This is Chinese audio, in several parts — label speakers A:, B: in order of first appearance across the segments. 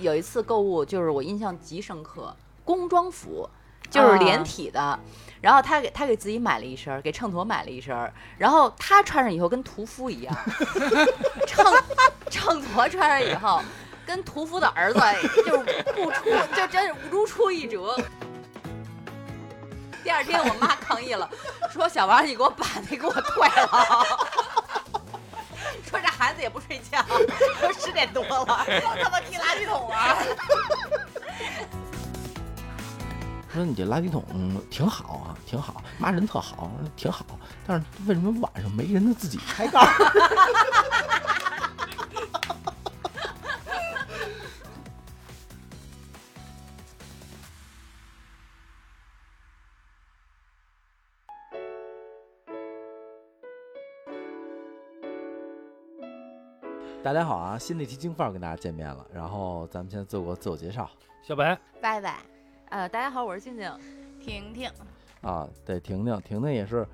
A: 有一次购物，就是我印象极深刻，工装服就是连体的。然后他给他给自己买了一身儿，给秤砣买了一身儿，然后他穿上以后跟屠夫一样，秤秤砣穿上以后跟屠夫的儿子就是不出，就真是如出一辙。第二天我妈抗议了，说小王你给我把那给我退了，说这孩子也不睡觉，都十点多了，又他妈踢垃圾桶啊！
B: 说你这垃圾桶挺好啊，挺好，妈人特好，挺好。但是为什么晚上没人呢？自己开盖儿？ 大家好啊，新的一期京范儿跟大家见面了。然后咱们先做个自我介绍
C: 小白，
A: 拜拜。呃，大家好，我是静静。
D: 婷婷
B: 啊，对，婷婷，婷婷也是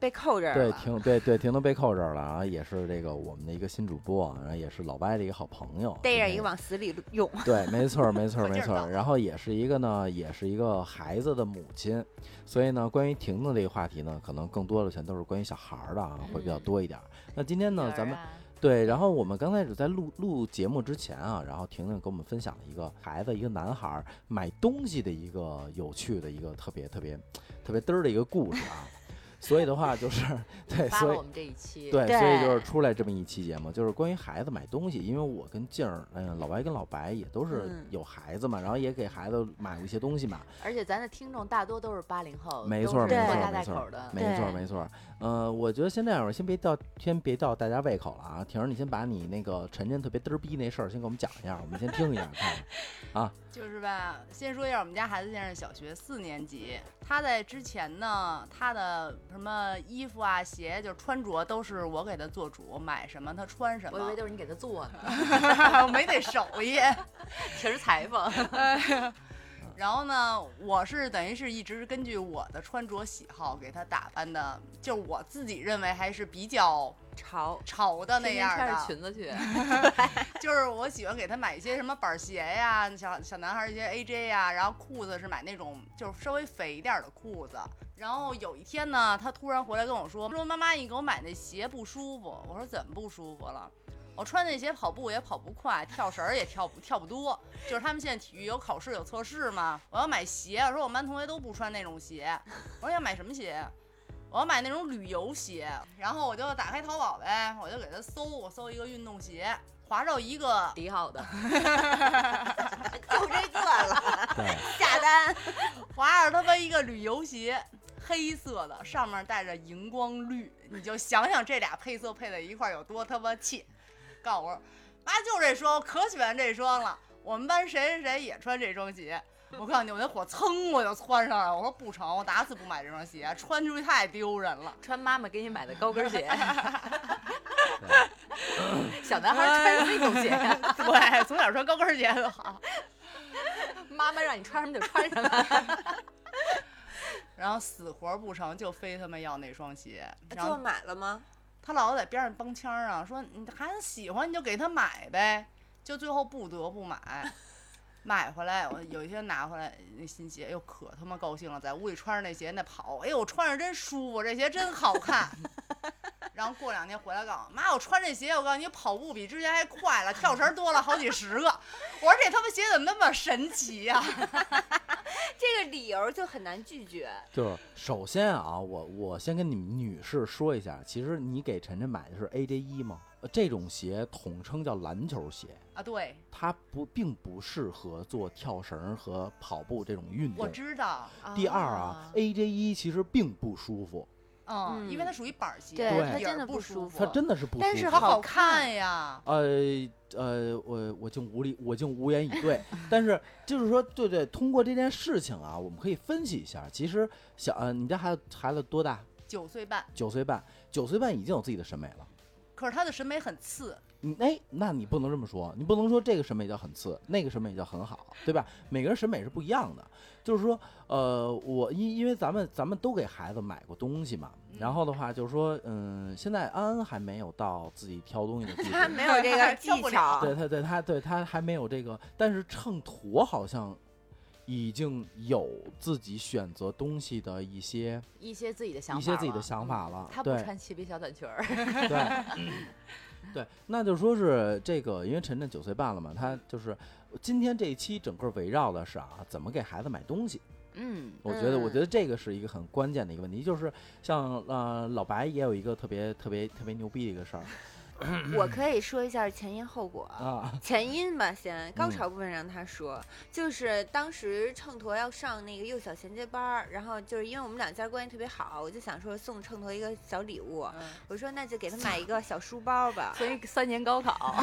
D: 被扣这儿
B: 对，
D: 了，
B: 婷对对，婷婷被扣这儿了，然后也是这个我们的一个新主播啊，然后也是老歪的一个好朋友，
D: 逮着
B: 对
D: 一个往死里用，
B: 对，没错儿，没 错儿，
D: 使
B: 没
D: 劲儿
B: 错儿。
D: 搞
B: 然后也是一个呢，也是一个孩子的母亲，所以呢，关于婷婷这个话题呢，可能更多的全都是关于小孩儿的啊，会比较
A: 嗯
B: 多一点儿。那今天
A: 女
B: 呢
A: 儿，
B: 咱们
A: 啊
B: 对，然后我们刚开始在录录节目之前啊，然后婷婷给我们分享了一个孩子，一个男孩儿买东西的一个有趣的一个特别特别特别嘚儿的一个故事啊。所以的话就是， 对，
A: 发
B: 哎所
A: 了
B: 以
A: 我们这一期，
B: 对，所以就是
D: 对
B: 出来这么一期节目，就是关于孩子买东西，因为我跟静儿，嗯，老白跟老白也都是
D: 嗯
B: 有孩子嘛，然后也给孩子买过一些东西嘛，
A: 而且咱的听众大多都是八零后，
B: 没
A: 都
B: 错儿，
A: 是
B: 没
D: 对
B: 错
A: 拖
B: 儿，
A: 家
B: 没
A: 带
B: 错
A: 口
B: 儿
A: 的，
B: 没错儿，
D: 嗯对
B: 没错儿。呃，我觉得先这样吧，先别吊，先别吊大家胃口了啊。婷儿，你先把你那个晨晨特别嘚儿逼那事儿先给我们讲一下，我们先听一下看看。
E: 就是吧，先说一下我们家孩子现在是小学四年级，他在之前呢，他的什么衣服啊、鞋，就是穿着都是我给他做主，买什么他穿什
A: 我以
E: 么
A: 为， 都是你给他做 呢，
E: 我没得手艺。
A: 挺是裁缝。
E: 然后呢，我是等于是一直根据我的穿着喜好给他打扮的，就是我自己认为还是比较
D: 潮
E: 潮的那
A: 天天
E: 样
A: 穿
E: 的啊
A: 着，裙子去，
E: 就是我喜欢给他买一些什么板鞋呀、小小男孩一些 AJ 呀、然后裤子是买那种就是稍微肥一点的裤子。然后有一天呢，他突然回来跟我说，说妈妈，你给我买那鞋不舒服。我说怎么不舒服了？我穿那鞋跑步也跑不快，跳绳儿也跳不跳不多。就是他们现在体育有考试有测试嘛，我要买鞋。我说我们班同学都不穿那种鞋，我说要买什么鞋？我要买那种旅游鞋，然后我就打开淘宝呗，我就给他搜，我搜一个运动鞋，划着一个
A: 迪奥的，
D: 就这个了，
B: 对，
D: 下单
E: 划着他妈一个旅游鞋，黑色的，上面带着荧光绿，你就想想这俩配色配在一块儿有多他妈气。告诉我，妈就这双，我可喜欢这双了。我们班谁谁谁也穿这双鞋。我告诉你，我那火噌我就窜上了。我说不成，我打死不买这双鞋，穿出去太丢人了。
A: 穿妈妈给你买的高跟 鞋。 小男孩穿运动鞋，
E: 对，从小穿高跟鞋就好。
A: 妈妈让你穿什么就穿什么。
E: 然后死活不成就非他妈要那双鞋，然
D: 最
E: 后
D: 后买了吗？
E: 他老在边上帮腔儿啊，说你孩子喜欢你就给他买呗，就最后不得不买。买回来，我有一天拿回来那新鞋，又可他妈高兴了，在屋里穿着那鞋那跑，哎呦，我穿着真舒服，这鞋真好看。然后过两天回来告诉我妈，我穿这鞋，我告诉你，跑步比之前还快了，跳绳多了好几十个。 我说这他妈鞋怎么那么神奇啊呀、
D: 这个理由就很难拒绝，
B: 就是首先啊，我我先跟你们女士说一下，其实你给晨晨买的是 AJ 一吗？呃这种鞋统称叫篮球鞋，
E: 啊，对，
B: 它不并不适合做跳绳儿和跑步这种运
E: 我
B: 动。
E: 知道，
A: 哦
B: 第二啊，AJ 一其实并不舒服，
E: 嗯，
D: 嗯
E: 因为它属于板儿鞋，
D: 对
B: 它
E: 底
D: 真
E: 儿
D: 的
E: 不
D: 不
E: 舒
D: 舒
E: 服，
B: 它真的是不舒服。
D: 但是
E: 它好
D: 好
E: 看
D: 看
E: 呀。
B: 呃呃，我我竟无力，我竟无言以对。但是就是说，对对，通过这件事情啊，我们可以分析一下。其实小呃，你家孩子孩子多大？
E: 九岁半，
B: 九岁半，九岁半已经有自己的审美了。
E: 可是他的审美很次，
B: 你哎，那你不能这么说，你不能说这个审美叫很次，那个审美叫很好，对吧？每个人审美是不一样的。就是说，呃，我因因为咱们咱们都给孩子买过东西嘛，
A: 嗯
B: 然后的话就是说，嗯，现在安安还没有到自己挑东西的地 步，
D: 他没有这个技
E: 受不了
D: 巧，
B: 对他对他对他还没有这个，但是秤砣好像已经有自己选择东西的一些
A: 一些自己的想
B: 一
A: 法，嗯
B: 些自己的想法了，
A: 他不
B: 对
A: 穿齐鼻小短裙 儿，
B: 对
D: 嗯
B: 对，那就说是这个，因为晨晨九岁半了嘛，他就是今天这一期整个围绕的是啊，怎么给孩子买东西。
A: 嗯，
B: 我觉得，我
D: 嗯
B: 觉得这个是一个很关键的一个问题，就是像呃老白也有一个特别特别特别牛逼的一个事儿
D: 我可以说一下前因后果。
B: 啊，
D: 前因吧，先高潮部分让他说，就是当时秤砣要上那个幼小衔接班儿，然后就是因为我们两家关系特别好，我就想说送秤砣一个小礼物，
E: 嗯
D: 我说那就给他买一个小书包吧，
A: 所以三年高考，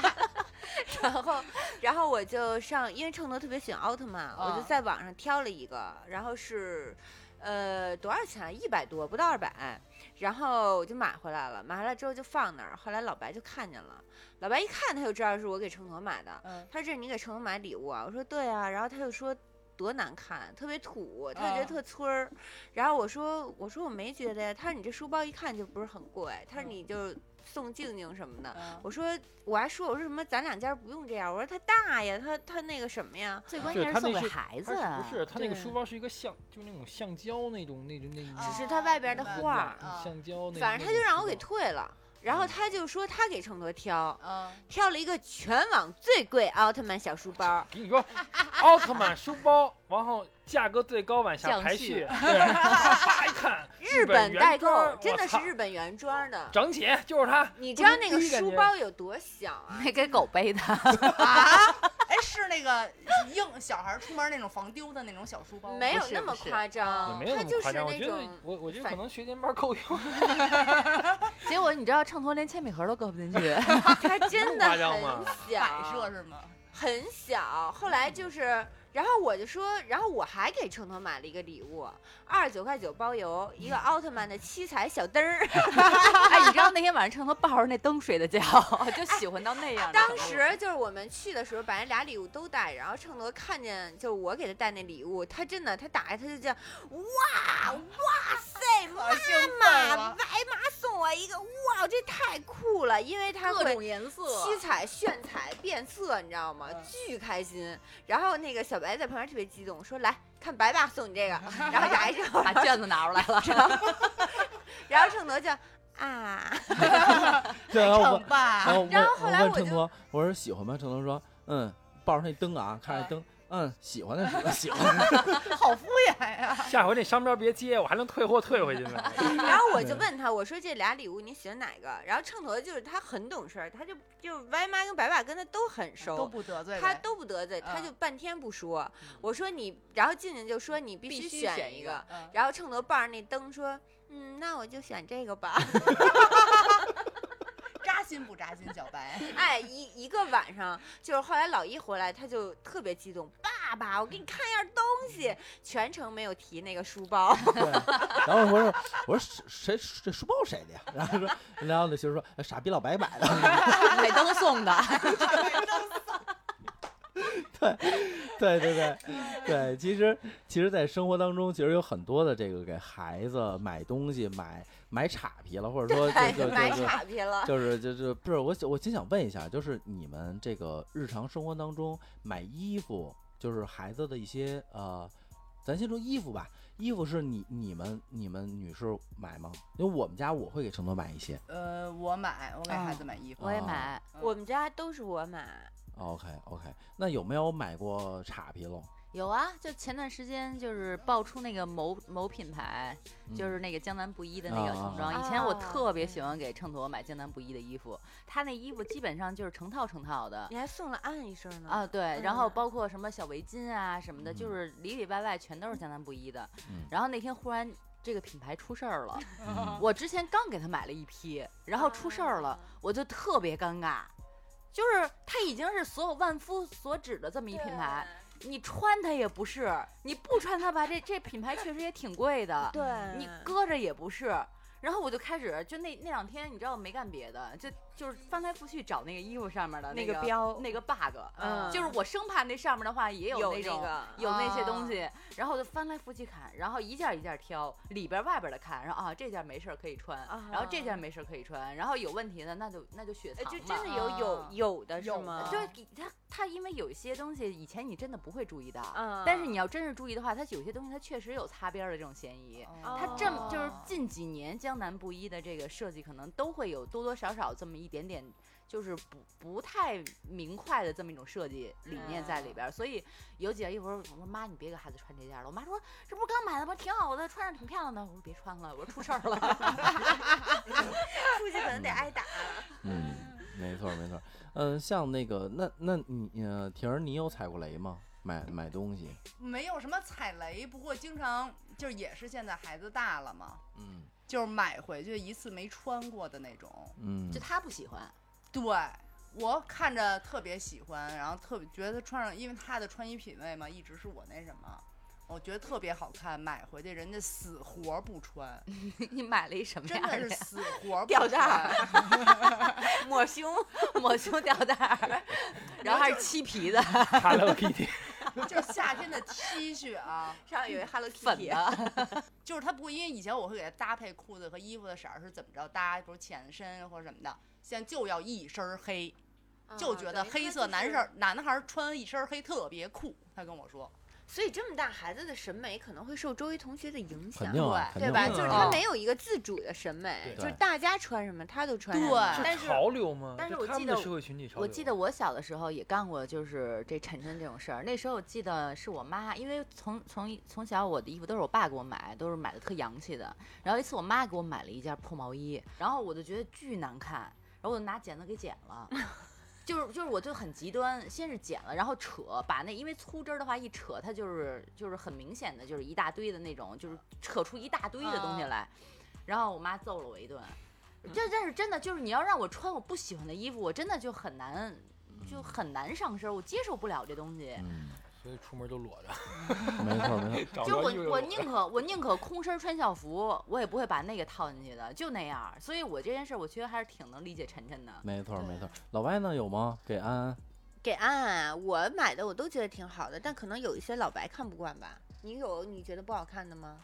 D: 然后，然后我就上，因为秤砣特别喜欢奥特曼，我就
E: 啊
D: 在网上挑了一个，然后是，呃，多少钱啊？一百多，不到二百。然后我就买回来了，买回来之后就放那儿。后来老白就看见了，老白一看他就知道是我给秤砣买的，
E: 嗯，
D: 他说这是你给秤砣买礼物啊？我说对啊，然后他就说。多难看，特别土，他就觉得
E: 啊
D: 特村儿。然后我说，我说我没觉得呀。他说你这书包一看就不是很贵。他说
E: 嗯
D: 你就送静静什么的。
E: 嗯
D: 我说我还说我说什么咱两家不用这样，我说他大呀，他他那个什么呀，
A: 最关
F: 对
A: 键
F: 他
A: 是送
F: 那
A: 给
F: 是
A: 孩子，
F: 它是不是，它那个
D: 对
F: 书包是一个橡，就是那种橡胶那种那种那种
E: 啊
D: 只是他外边的
E: 明白
D: 画儿，
E: 啊
F: 橡胶那。
D: 反正他就让我给
F: 推。
D: 退了。然
F: 嗯
D: 后他就说他给秤砣挑，
E: 嗯，
D: 挑了一个全网最贵奥特曼小书包，
F: 跟你说，奥特曼书包，然后价格最高往下
A: 降
F: 排
A: 序
F: 序，对，啪一看，
D: 日
F: 本
D: 本
F: 原
D: 代
F: 装
D: 购，真的是
F: 我操
D: 日本原装的。
F: 整体就是它，
D: 你知道那个
F: 第一感
D: 书
F: 觉
D: 包有多小啊？
A: 那给狗 背的，
E: 啊，哎，是那个硬小孩出门那种防丢的那种小书包吗，
D: 没有
A: 不是
D: 那么
A: 不是
D: 夸
F: 也
D: 张，
F: 没有
D: 它
F: 那么
D: 啊就
F: 夸
D: 是
F: 张。我
D: 那
F: 觉得
D: 种
F: 我我觉得
D: 反
F: 可能学前班够用，
A: 结果你知道秤砣连铅笔盒都搁不进 去，
D: 它真的
F: 夸张吗
D: 很小，
E: 摆设是吗？
D: 很小，后来就是，然后我就说，然后我还给程程买了一个礼物，二十九块九包邮，一个奥特曼的七彩小灯儿。
A: 哎，你知道那天晚上秤砣抱着那灯睡的觉，就 喜欢到那样的程度。
D: 当时就是我们去的时候，把那俩礼物都带，然后秤砣看见就我给他带那礼物，他真的他打开他就叫哇哇塞，妈
E: 好兴奋啊
D: 妈
E: 了，
D: 白妈送我一个，哇这太酷了，因为他
A: 各
D: 会
A: 种颜色，
D: 七彩炫彩变色，你知道吗
E: 嗯？
D: 巨开心。然后那个小白在旁边特别激动，说：“来看白爸送你这个。”然后打一 张，
A: 把卷子拿出来了。
D: 然后盛德就啊，
B: 对，然后我
E: 看吧，
B: 然后我
D: 然后
B: 我
D: 后来
B: 问
D: 我
B: 秤
D: 就
B: 砣，我说喜欢吗？秤砣说，嗯，抱着那灯啊，看着灯，嗯，喜欢的是喜欢 的。
E: 好敷衍 呀，
F: 下回那商标别接，我还能退货退回去呢。
D: 然后我就问他，我说这俩礼物你喜欢哪个？然后秤砣就是他很懂事儿，他就就歪妈跟白爸跟他都很熟，
E: 嗯都不得罪
D: 他
E: 呗
D: 都不得罪，他
E: 嗯
D: 就半天不说。我说你，然后静静就说你必
E: 必
D: 须
E: 须
D: 选
E: 一
D: 一个，，
E: 嗯
D: 然后秤砣抱着那灯说，嗯，那我就选这 个吧。
E: 扎心不扎心？小白，
D: 哎，一一个晚上，就是后来老一回来，他就特别激动，爸爸，我给你看一样东西，全程没有提那个书包。
B: 对，然后我说我说谁谁这书包谁的呀？然后说，然后那媳妇说哎傻逼老白买的。
A: 给灯送的，
B: 对对对对，其实其实，在生活当中，其实有很多的这个给孩子买东西、买买岔皮了，或者说
D: 哎
B: 就 就，
D: 买
B: 就就
D: 傻逼 了。
B: 就是就是不是我想我真想问一下，就是你们这个日常生活当中买衣服，就是孩子的一些呃，咱先说衣服吧，衣服是你你们你们女士买吗？因为我们家我会给承诺买一些。
E: 呃，我买，我给孩子买衣服，
A: 我也买。
D: 我们家都是我买，
B: OK OK，那哦有没有买过叉皮喽？
A: 有啊，就前段时间就是爆出那个某某品牌，
B: 嗯
A: 就是那个江南布衣的那个
B: 啊
A: 童装。
D: 啊
A: 以前我
D: 啊
A: 特别喜欢给秤砣买江南布衣的衣服，他那衣服基本上就是成套成套的。
D: 你还送了安一声呢。
A: 啊，对，然后
D: 嗯
A: 包括什么小围巾啊什么的，就
B: 嗯
A: 是里里外外全都是江南布衣的。
B: 嗯
A: 然后那天忽然这个品牌出事儿了，
B: 嗯
A: 我之前刚给他买了一批，然后出事儿
D: 啊
A: 了，我就特别尴尬。就是它已经是所有万夫所指的这么一
D: 对，
A: 品牌，你穿它也不是，你不穿它吧，这这品牌确实也挺贵的，
D: 对，
A: 你搁着也不是。然后我就开始就那那两天，你知道我没干别的，就就是翻来覆去找那个衣服上面的
C: 那
A: 个
C: 个标
A: 那个 bug，
C: 嗯
A: 就是我生怕那上面的话也有那种
C: 那个
A: 有那些东
E: 啊
A: 西，然后我就翻来覆去看，然后一件一件挑，里边外边的看，然后啊这件没事儿可以穿，
C: 啊
A: 然后这件没事儿可以穿，然后有问题的那就那就雪
C: 哎
A: 藏
C: 就真
A: 嘛
C: 的有有
E: 啊
C: 有啊的是
E: 有
C: 吗？
E: 的
A: 对给它它因为有一些东西以前你真的不会注意到，
C: 嗯
A: 但是你要真是注意的话，它有些东西它确实有擦边儿的这种嫌疑。
E: 嗯
A: 它这么就是
E: 哦
A: 近几年江南布衣的这个设计，可能都会有多多少少这么一点点，就是不不太明快的这么一种设计理念在里边儿。所以有几件衣服，我说妈，你别给孩子穿这件了。我妈说这不是刚买的吗？挺好的，穿上挺漂亮的。我说别穿了，我说出事儿了。
C: 出去可能得挨打。
B: 嗯，没错 没错。嗯，像那个，那那你呃，婷儿，你有踩过雷吗？买买东西，
E: 没有什么踩雷，不过经常就是也是现在孩子大了嘛，
B: 嗯
E: 就是买回去一次没穿过的那种。
B: 嗯
A: 就，她不喜欢，
E: 对我看着特别喜欢，然后特别觉得穿上，因为他的穿衣品味嘛，一直是我那什么。我觉得特别好看，买回去人家死活不穿，
A: 你买了一什么
E: 真
A: 样
E: 的
A: 的呀？
E: 是死活不
A: 吊
E: 穿。
A: 带儿，抹胸，抹胸吊带儿， 然后还是漆皮的，
F: Hello Kitty，
E: 就是夏天的 T 恤啊，
C: 上面有一 Hello
A: 粉
D: 啊
C: Kitty，
A: 的。
E: 就是它不会，因为以前我会给它搭配裤子和衣服的色儿是怎么着搭，比如浅深或者什么的，现在就要一身儿黑，
D: 啊
E: 就觉
D: 嗯
E: 得黑色男生、男孩儿穿一身儿黑特别酷。他跟我说，
D: 所以这么大孩子的审美可能会受周围同学的影
B: 肯
D: 响，
B: 定啊，肯
D: 对
B: 定
D: 吧？
B: 啊
D: 就是他没有一个自主的审美，
B: 对
D: 就是大家穿什么他都穿什
E: 对
D: 么。
F: 是
A: 但是
F: 潮流吗？
A: 但是
F: 就
A: 我
F: 他
A: 记
F: 们的
A: 得
F: 社会群体潮流，
A: 我记得我小的时候也干过，就是这晨晨这种事儿。那时候我记得是我妈，因为从从从小我的衣服都是我爸给我买，都是买的特洋气的。然后一次我妈给我买了一件破毛衣，然后我就觉得巨难看，然后我就拿剪子给剪 了。就是就是，我就很极端，先是剪了，然后扯，把那因为粗针儿的话一扯，它就是就是很明显的，就是一大堆的那种，就是扯出一大堆的东西
F: 啊
A: 来。然后我妈揍了我一顿，这这是真的，就是你要让我穿我不喜欢的衣服，我真的就很难，就很难上身，我接受不了这东西。
B: 嗯，
F: 所以出门都裸着，
B: 没错没错，
F: 找
A: 就
F: 个
A: 我
F: 衣服
A: 我
F: 就
A: 宁可我宁可空身穿校服，我也不会把那个套进去的，就那样。所以我这件事儿，我觉得还是挺能理解晨晨的。
B: 没错没错。老歪呢有吗？给安安，
D: 给安安啊，我买的我都觉得挺好的，但可能有一些老白看不惯吧。你有你觉得不好看的吗？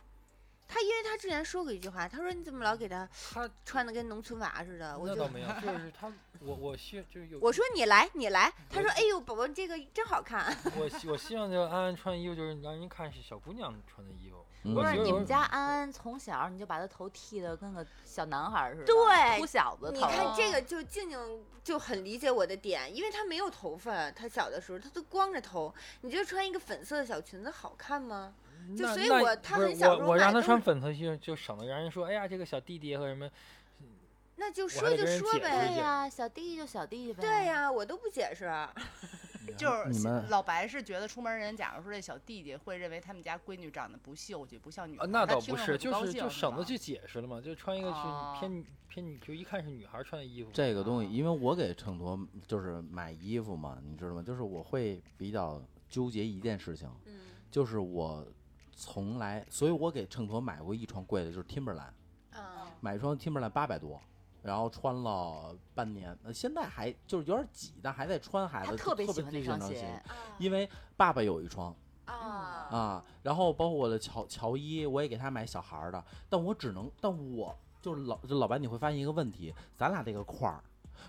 D: 他因为他之前说过一句话，他说你怎么老给他
F: 他
D: 穿的跟农村娃似的？我
F: 那
D: 就
F: 倒没有，就是他，我我希就是有
D: 我说你来你来，他
F: 我
D: 说哎呦宝宝你这个真好看。
F: 我希我希望这个安安穿衣服就是让人看是小姑娘穿的衣服，
B: 嗯
A: 不
F: 我
A: 是
F: 觉得
A: 你
F: 有
A: 们
F: 点
A: 家安安从小你就把他头剃的跟个小男孩儿似的，
D: 对
A: 秃小子头。
D: 你看这个就静静就很理解我的点，因为她没有头发，她小的时候她都光着头，你觉得穿一个粉色的小裙子好看吗？就
F: 那
D: 所以
F: 那
D: 我他
F: 不是
D: 很小
F: 我
D: 时候
F: 我
D: 买
F: 让他
D: 都
F: 穿
D: 是
F: 粉色就就省得让人说哎呀这个小弟弟和什么，
D: 那就
F: 我
D: 说
F: 还得
D: 就
F: 跟人
D: 说
F: 解释
D: 呗
A: 对。呀、小弟就小弟呗。
D: 对、呀、我都不解释。啊
E: 就是
B: 你们
E: 老白是觉得出门人，假如说这小弟弟会认为他们家闺女长得不秀气，不像女孩
F: 啊
E: 儿，
F: 那
E: 他
F: 倒
E: 听
F: 不
E: 着
F: 是，
E: 会
F: 就
E: 高
F: 是
E: 兴
F: 就省得
E: 吧
F: 去解释了嘛，就穿一个
E: 哦
F: 是偏偏就一看是女孩穿的衣服，
B: 这个东西，因为我给秤砣就是买衣服嘛，你知道吗？就是我会比较纠结一件事情，
D: 嗯，
B: 就是我从来，所以我给秤砣买过一双贵的，就是 Timberland，
D: 啊，
B: 买一双 Timberland 八百多。然后穿了半年，呃现在还就是有点挤，但还在穿。孩
A: 他
B: 子
A: 特别喜
B: 喜
A: 欢
B: 欢
A: 那双鞋
B: 因为爸爸有一双
D: 嗯
F: 嗯
D: 啊
B: 啊，然后包括我的乔乔伊，我也给他买小孩儿的，但我只能，但我就是老就老白，你会发现一个问题，咱俩这个块儿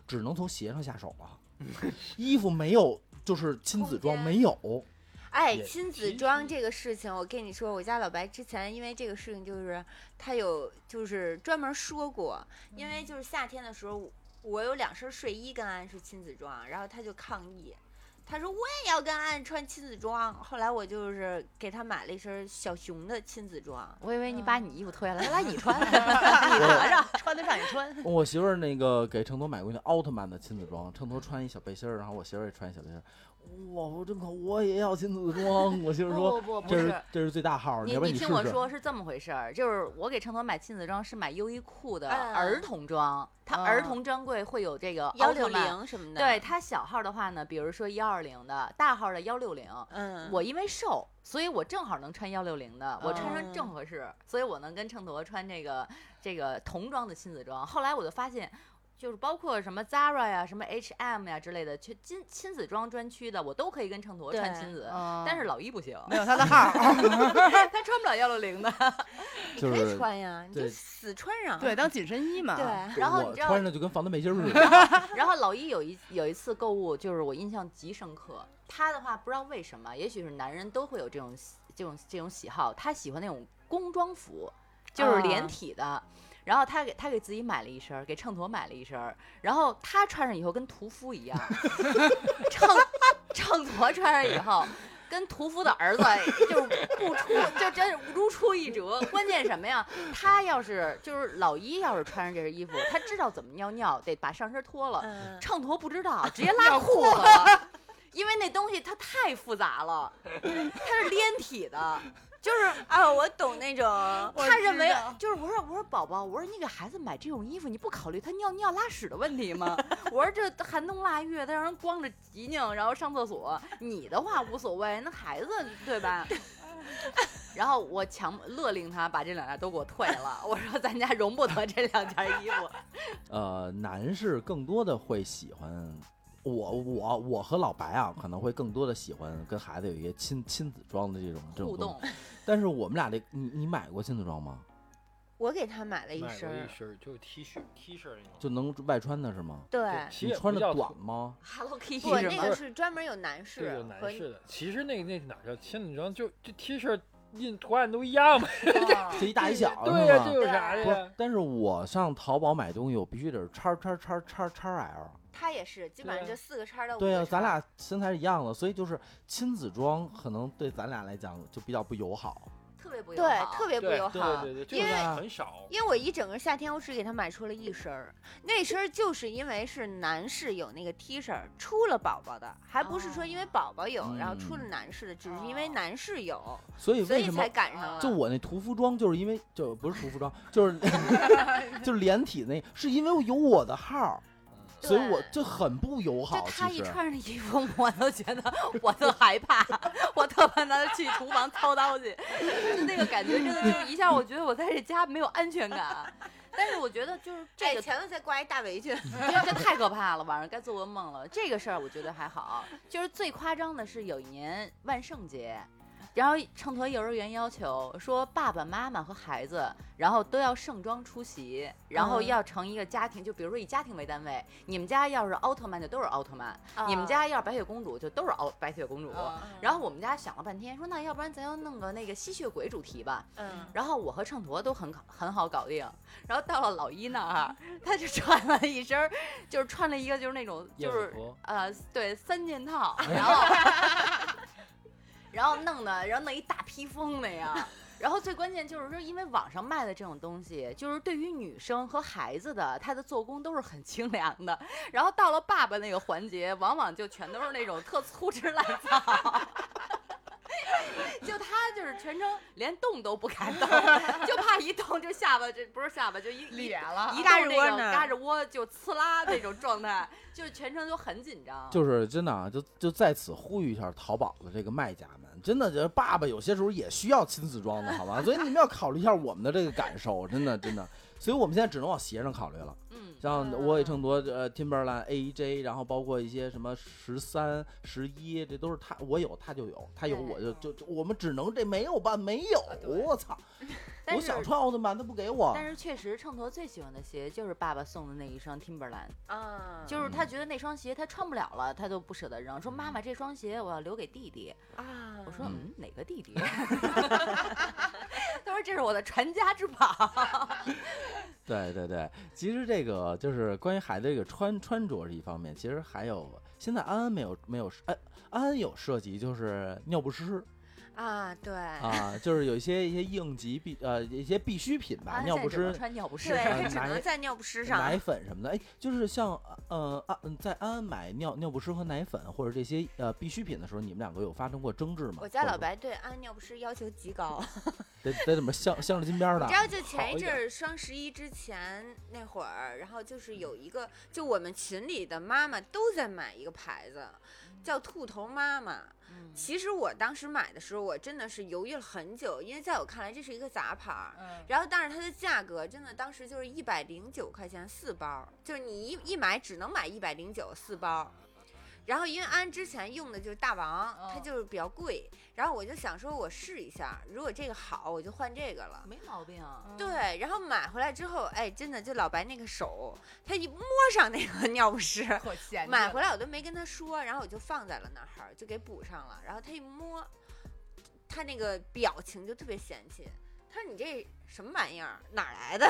B: 只能从鞋上下手了，衣服没有，就是亲子装
D: 空间
B: 没有，
D: 哎，
F: 也
D: 亲
F: 其
D: 子
F: 实
D: 装这个事情，我跟你说，我家老白之前因为这个事情，就是他有就是专门说过，因为就是夏天的时候，我有两身睡衣跟安是亲子装，然后他就抗议。他说我也要跟安穿亲子装，后来我就是给他买了一身小熊的亲子装，
A: 我以为你把你衣服脱下来，来你 穿，你
B: 我
A: 拿着。
E: 穿得上也穿。
B: 我媳妇儿那个给秤砣买过一件奥特曼的亲子装，秤砣穿一小背心儿，然后我媳妇儿也穿一小背心儿。哇，我真可我也要亲子装。我媳妇儿
A: 不
B: 说
A: 不不，哦不
B: 这是
A: 是。
B: 这是最大号儿，
A: 你
B: 要不然试
A: 听
B: 试。
A: 我说是这么回事儿，就是我给秤砣买亲子装是买优衣库的
D: 嗯
A: 儿童装，它
C: 嗯
A: 儿童专柜会有这个
C: 幺
A: 奥特
C: 六
A: 曼，
C: 零什么的，
A: 对，它小号的话呢，比如说幺二零的，大号的幺六零。
C: 嗯，
A: 我因为瘦，所以我正好能穿幺六零的，我穿上正
C: 哦
A: 合适，所以我能跟秤砣穿这个这个童装的亲子装。后来我就发现，就是包括什么 Zara 呀、什么 H&M 呀之类的，去亲亲子装专区的，我都可以跟秤砣穿
C: 对
A: 亲子，
E: 嗯
A: 但是老一 不行，
E: 没有他的号儿。
A: 他穿不了幺六零的。
B: 就
C: 可以
B: 是
C: 穿呀，你
B: 对啊
C: 就死穿上。
E: 对，当紧身衣嘛。
C: 对，
A: 然后
B: 我
A: 你知道
B: 穿上就跟防弹背心儿 似的，
A: 然后老一有一有一次购物，就是我印象极深刻。他的话不知道为什么，也许是男人都会有这种喜这种这种喜好，他喜欢那种工装服，就是连
C: 啊
A: 体的。然后他给他给自己买了一身儿，给秤砣买了一身儿，然后他穿上以后跟屠夫 一样，秤 秤砣穿上以后。跟屠夫的儿子就是不出，就真是如出一辙。关键什么呀？他要是就是老一要是穿上这身衣服，他知道怎么尿尿，得把上身脱了，
C: 嗯，
A: 秤砣不知道，直接拉裤子了， 因为那东西它太复杂了，它是连体的，就是
C: 啊，我懂那种，
A: 他认为就是我说我说宝宝，我说你给孩子买这种衣服，你不考虑他尿尿拉屎的问题吗？ 我说这寒冬腊月的让人光着脊梁，然后上厕所，你的话无所谓，那孩子对吧？ 然后我强勒令他把这两件都给我退了，我说咱家容不得这两件衣服。
B: 呃，男士更多的会喜欢。我我我和老白啊，可能会更多的喜欢跟孩子有一些亲亲子装的这种这种
A: 互
B: 东
A: 动
B: 西，但是我们俩这，你你买过亲子装吗？
C: 我给他买
D: 哎
C: 了一
F: 买
C: 身
F: 过一
C: 儿，
D: 啊
F: 身儿就 T 恤 T 恤那种，
B: 就能外穿的是吗？
C: 对，
F: 其
B: 你
F: 实也
B: 穿
F: 不
B: 着
F: 叫
B: 短吗？
A: Hello Kitty
C: 不，
A: 是
C: 那
A: 吗？
C: 个是专门有男
F: 对，
C: 士
F: 有男
C: 和
F: 士的。其实那个那哪叫亲子装，就就 T 恤印图案都一样嘛。
A: 啊
B: 这一大一小是吗？
F: 对啊呀，这有啥
B: 不是
F: 呀，？
B: 但是我上淘宝买东西，我必须得是叉叉叉叉叉 L。
C: 他也是，基本上就四个叉儿到五个
B: 对呀、
C: 叉
B: 咱
C: 儿
B: 俩身材是一样的，所以就是亲子装可能对咱俩来讲就比较不友好。
A: 特别不友好
C: 对特别不友好。
F: 对对对，这
C: 因
F: 种
C: 为
F: 很少。
C: 因为我一整个夏天，我只给他买出了一身儿，那身儿就是因为是男士有那个 T 恤儿，出了宝宝的，还不是说因为宝宝有，然后出了男士的，只是因为男士有，
B: 所以
C: 所
B: 嗯为
C: 以
B: 什么
C: 才赶上了。
B: 就我那屠夫装，就是因为就不是屠夫装，就是就是连体那，是因为有我的号儿，
C: 对
B: 所以我就很不友
A: 就
B: 好。
A: 他
B: 其
A: 一
B: 实
A: 穿上那衣服，我都觉得我特害怕，我特怕他去厨房操刀去，就那个感觉真的就是一下，我觉得我在这家没有安全感。啊但是我觉得就是这
C: 哎，
A: 个，
C: 前头再挂一大围裙，
A: 这太可怕了，晚上该做噩梦了。这个事儿我觉得还好，就是最夸张的是有一年万圣节。然后秤砣幼儿园要求说，爸爸妈妈和孩子，然后都要盛装出席，然后
C: 嗯
A: 要成一个家庭，就比如说以家庭为单位，你们家要是奥特曼就都是奥特曼，
D: 啊
C: 嗯
A: 你们家要是白雪公主就都是奥白雪公主。
D: 嗯
A: 然后我们家想了半天，说那要不然咱要弄个那个吸血鬼主题吧。
C: 嗯，
A: 然后我和秤砣都很搞很好搞定。然后到了老一那儿，他就 穿了一身儿，就是穿了一个就是那种就
F: 燕
A: 是
F: 子服
A: 呃对三件套，然后然后弄的然后弄一大披风那样。然后最关键就是说，因为网上卖的这种东西，就是对于女生和孩子的，它的做工都是很清凉的。然后到了爸爸那个环节，往往就全都是那种特粗制滥造。 就他就是全程连动都不敢动，就怕一动就下巴这不是下巴就一
E: 裂了，
A: 一嘎着
C: 嘎着
A: 窝
C: 窝呢
A: 嘎着窝就呲啦那种状态，就是全程都很紧张。
B: 就是真的啊，就就在此呼吁一下淘宝的这个卖家们，真的，就是爸爸有些时候也需要亲子装的，好吧？所以你们要考虑一下我们的这个感受，真的真的。所以我们现在只能往鞋上考虑了，
A: 嗯，
B: 像我也乘多呃 Timberland AJ，然后包括一些什么十三、十一，这都是他我有他就有，他有
A: 对啊
B: 我就就就我们只能这没有吧，没有，我操！
A: 但
B: 我
A: 是
B: 想穿啊奥特曼，他不给我。
A: 但是确实，秤砣最喜欢的鞋就是爸爸送的那一双 Timberland，
C: 啊，
A: 就是
B: 嗯
A: 他觉得那双鞋他穿不了了，他都不舍得扔，说妈妈这双鞋我要留给弟弟。
C: 啊，
A: 我说
B: 嗯
A: 嗯，哪个弟 弟？他说这是我的传家之宝。
B: 对对对，其实这个就是关于孩子这个穿穿着是一方面，其实还有现在安安没有没有安安安有涉及就是尿不湿，
D: 啊，对，
B: 啊，就是有一些一些应急必呃一些必需品吧，
A: 安
B: 尿
A: 塞
B: 不
A: 啊只能
B: 湿、
A: 穿尿不湿
B: 是
A: 上，
B: 吧
D: 对，只能
B: 奶
D: 在尿不湿上。
B: 奶粉什么的。哎，就是像呃啊嗯在安安买尿尿不湿和奶粉或者这些呃必需品的时候，你们两个有发生过争执吗？
D: 我家
B: 或者
D: 老白对安尿不湿要求极高，
B: 得得怎么镶镶着金边儿的
D: 你知道，就前
F: 好
D: 一
F: 一
D: 阵
F: 点
D: 儿双十一之前那会儿，然后就是有一个，就我们群里的妈妈都在买一个牌子，叫兔头妈妈。
A: 嗯
D: 其实我当时买的时候，我真的是犹豫了很久，因为在我看来这是一个杂牌儿。
E: 嗯，
D: 然后，但是它的价格真的当时就是一百零九块钱四包儿，就是你一一买只能买一百零九四包儿。然后，因为安之前用的就是大王，它
E: 哦
D: 就是比较贵。然后我就想说，我试一下，如果这个好，我就换这个了。
A: 没毛病。
D: 对，然后买回来之后，哎，真的就老白那个手，他一摸上那个尿不湿，
E: 可闲着
D: 买回
E: 了
D: 来我都没跟他说，然后我就放在了那儿，就给补上了。然后他一摸，他那个表情就特别嫌弃，他说：“你这什么玩意儿，哪儿来的？”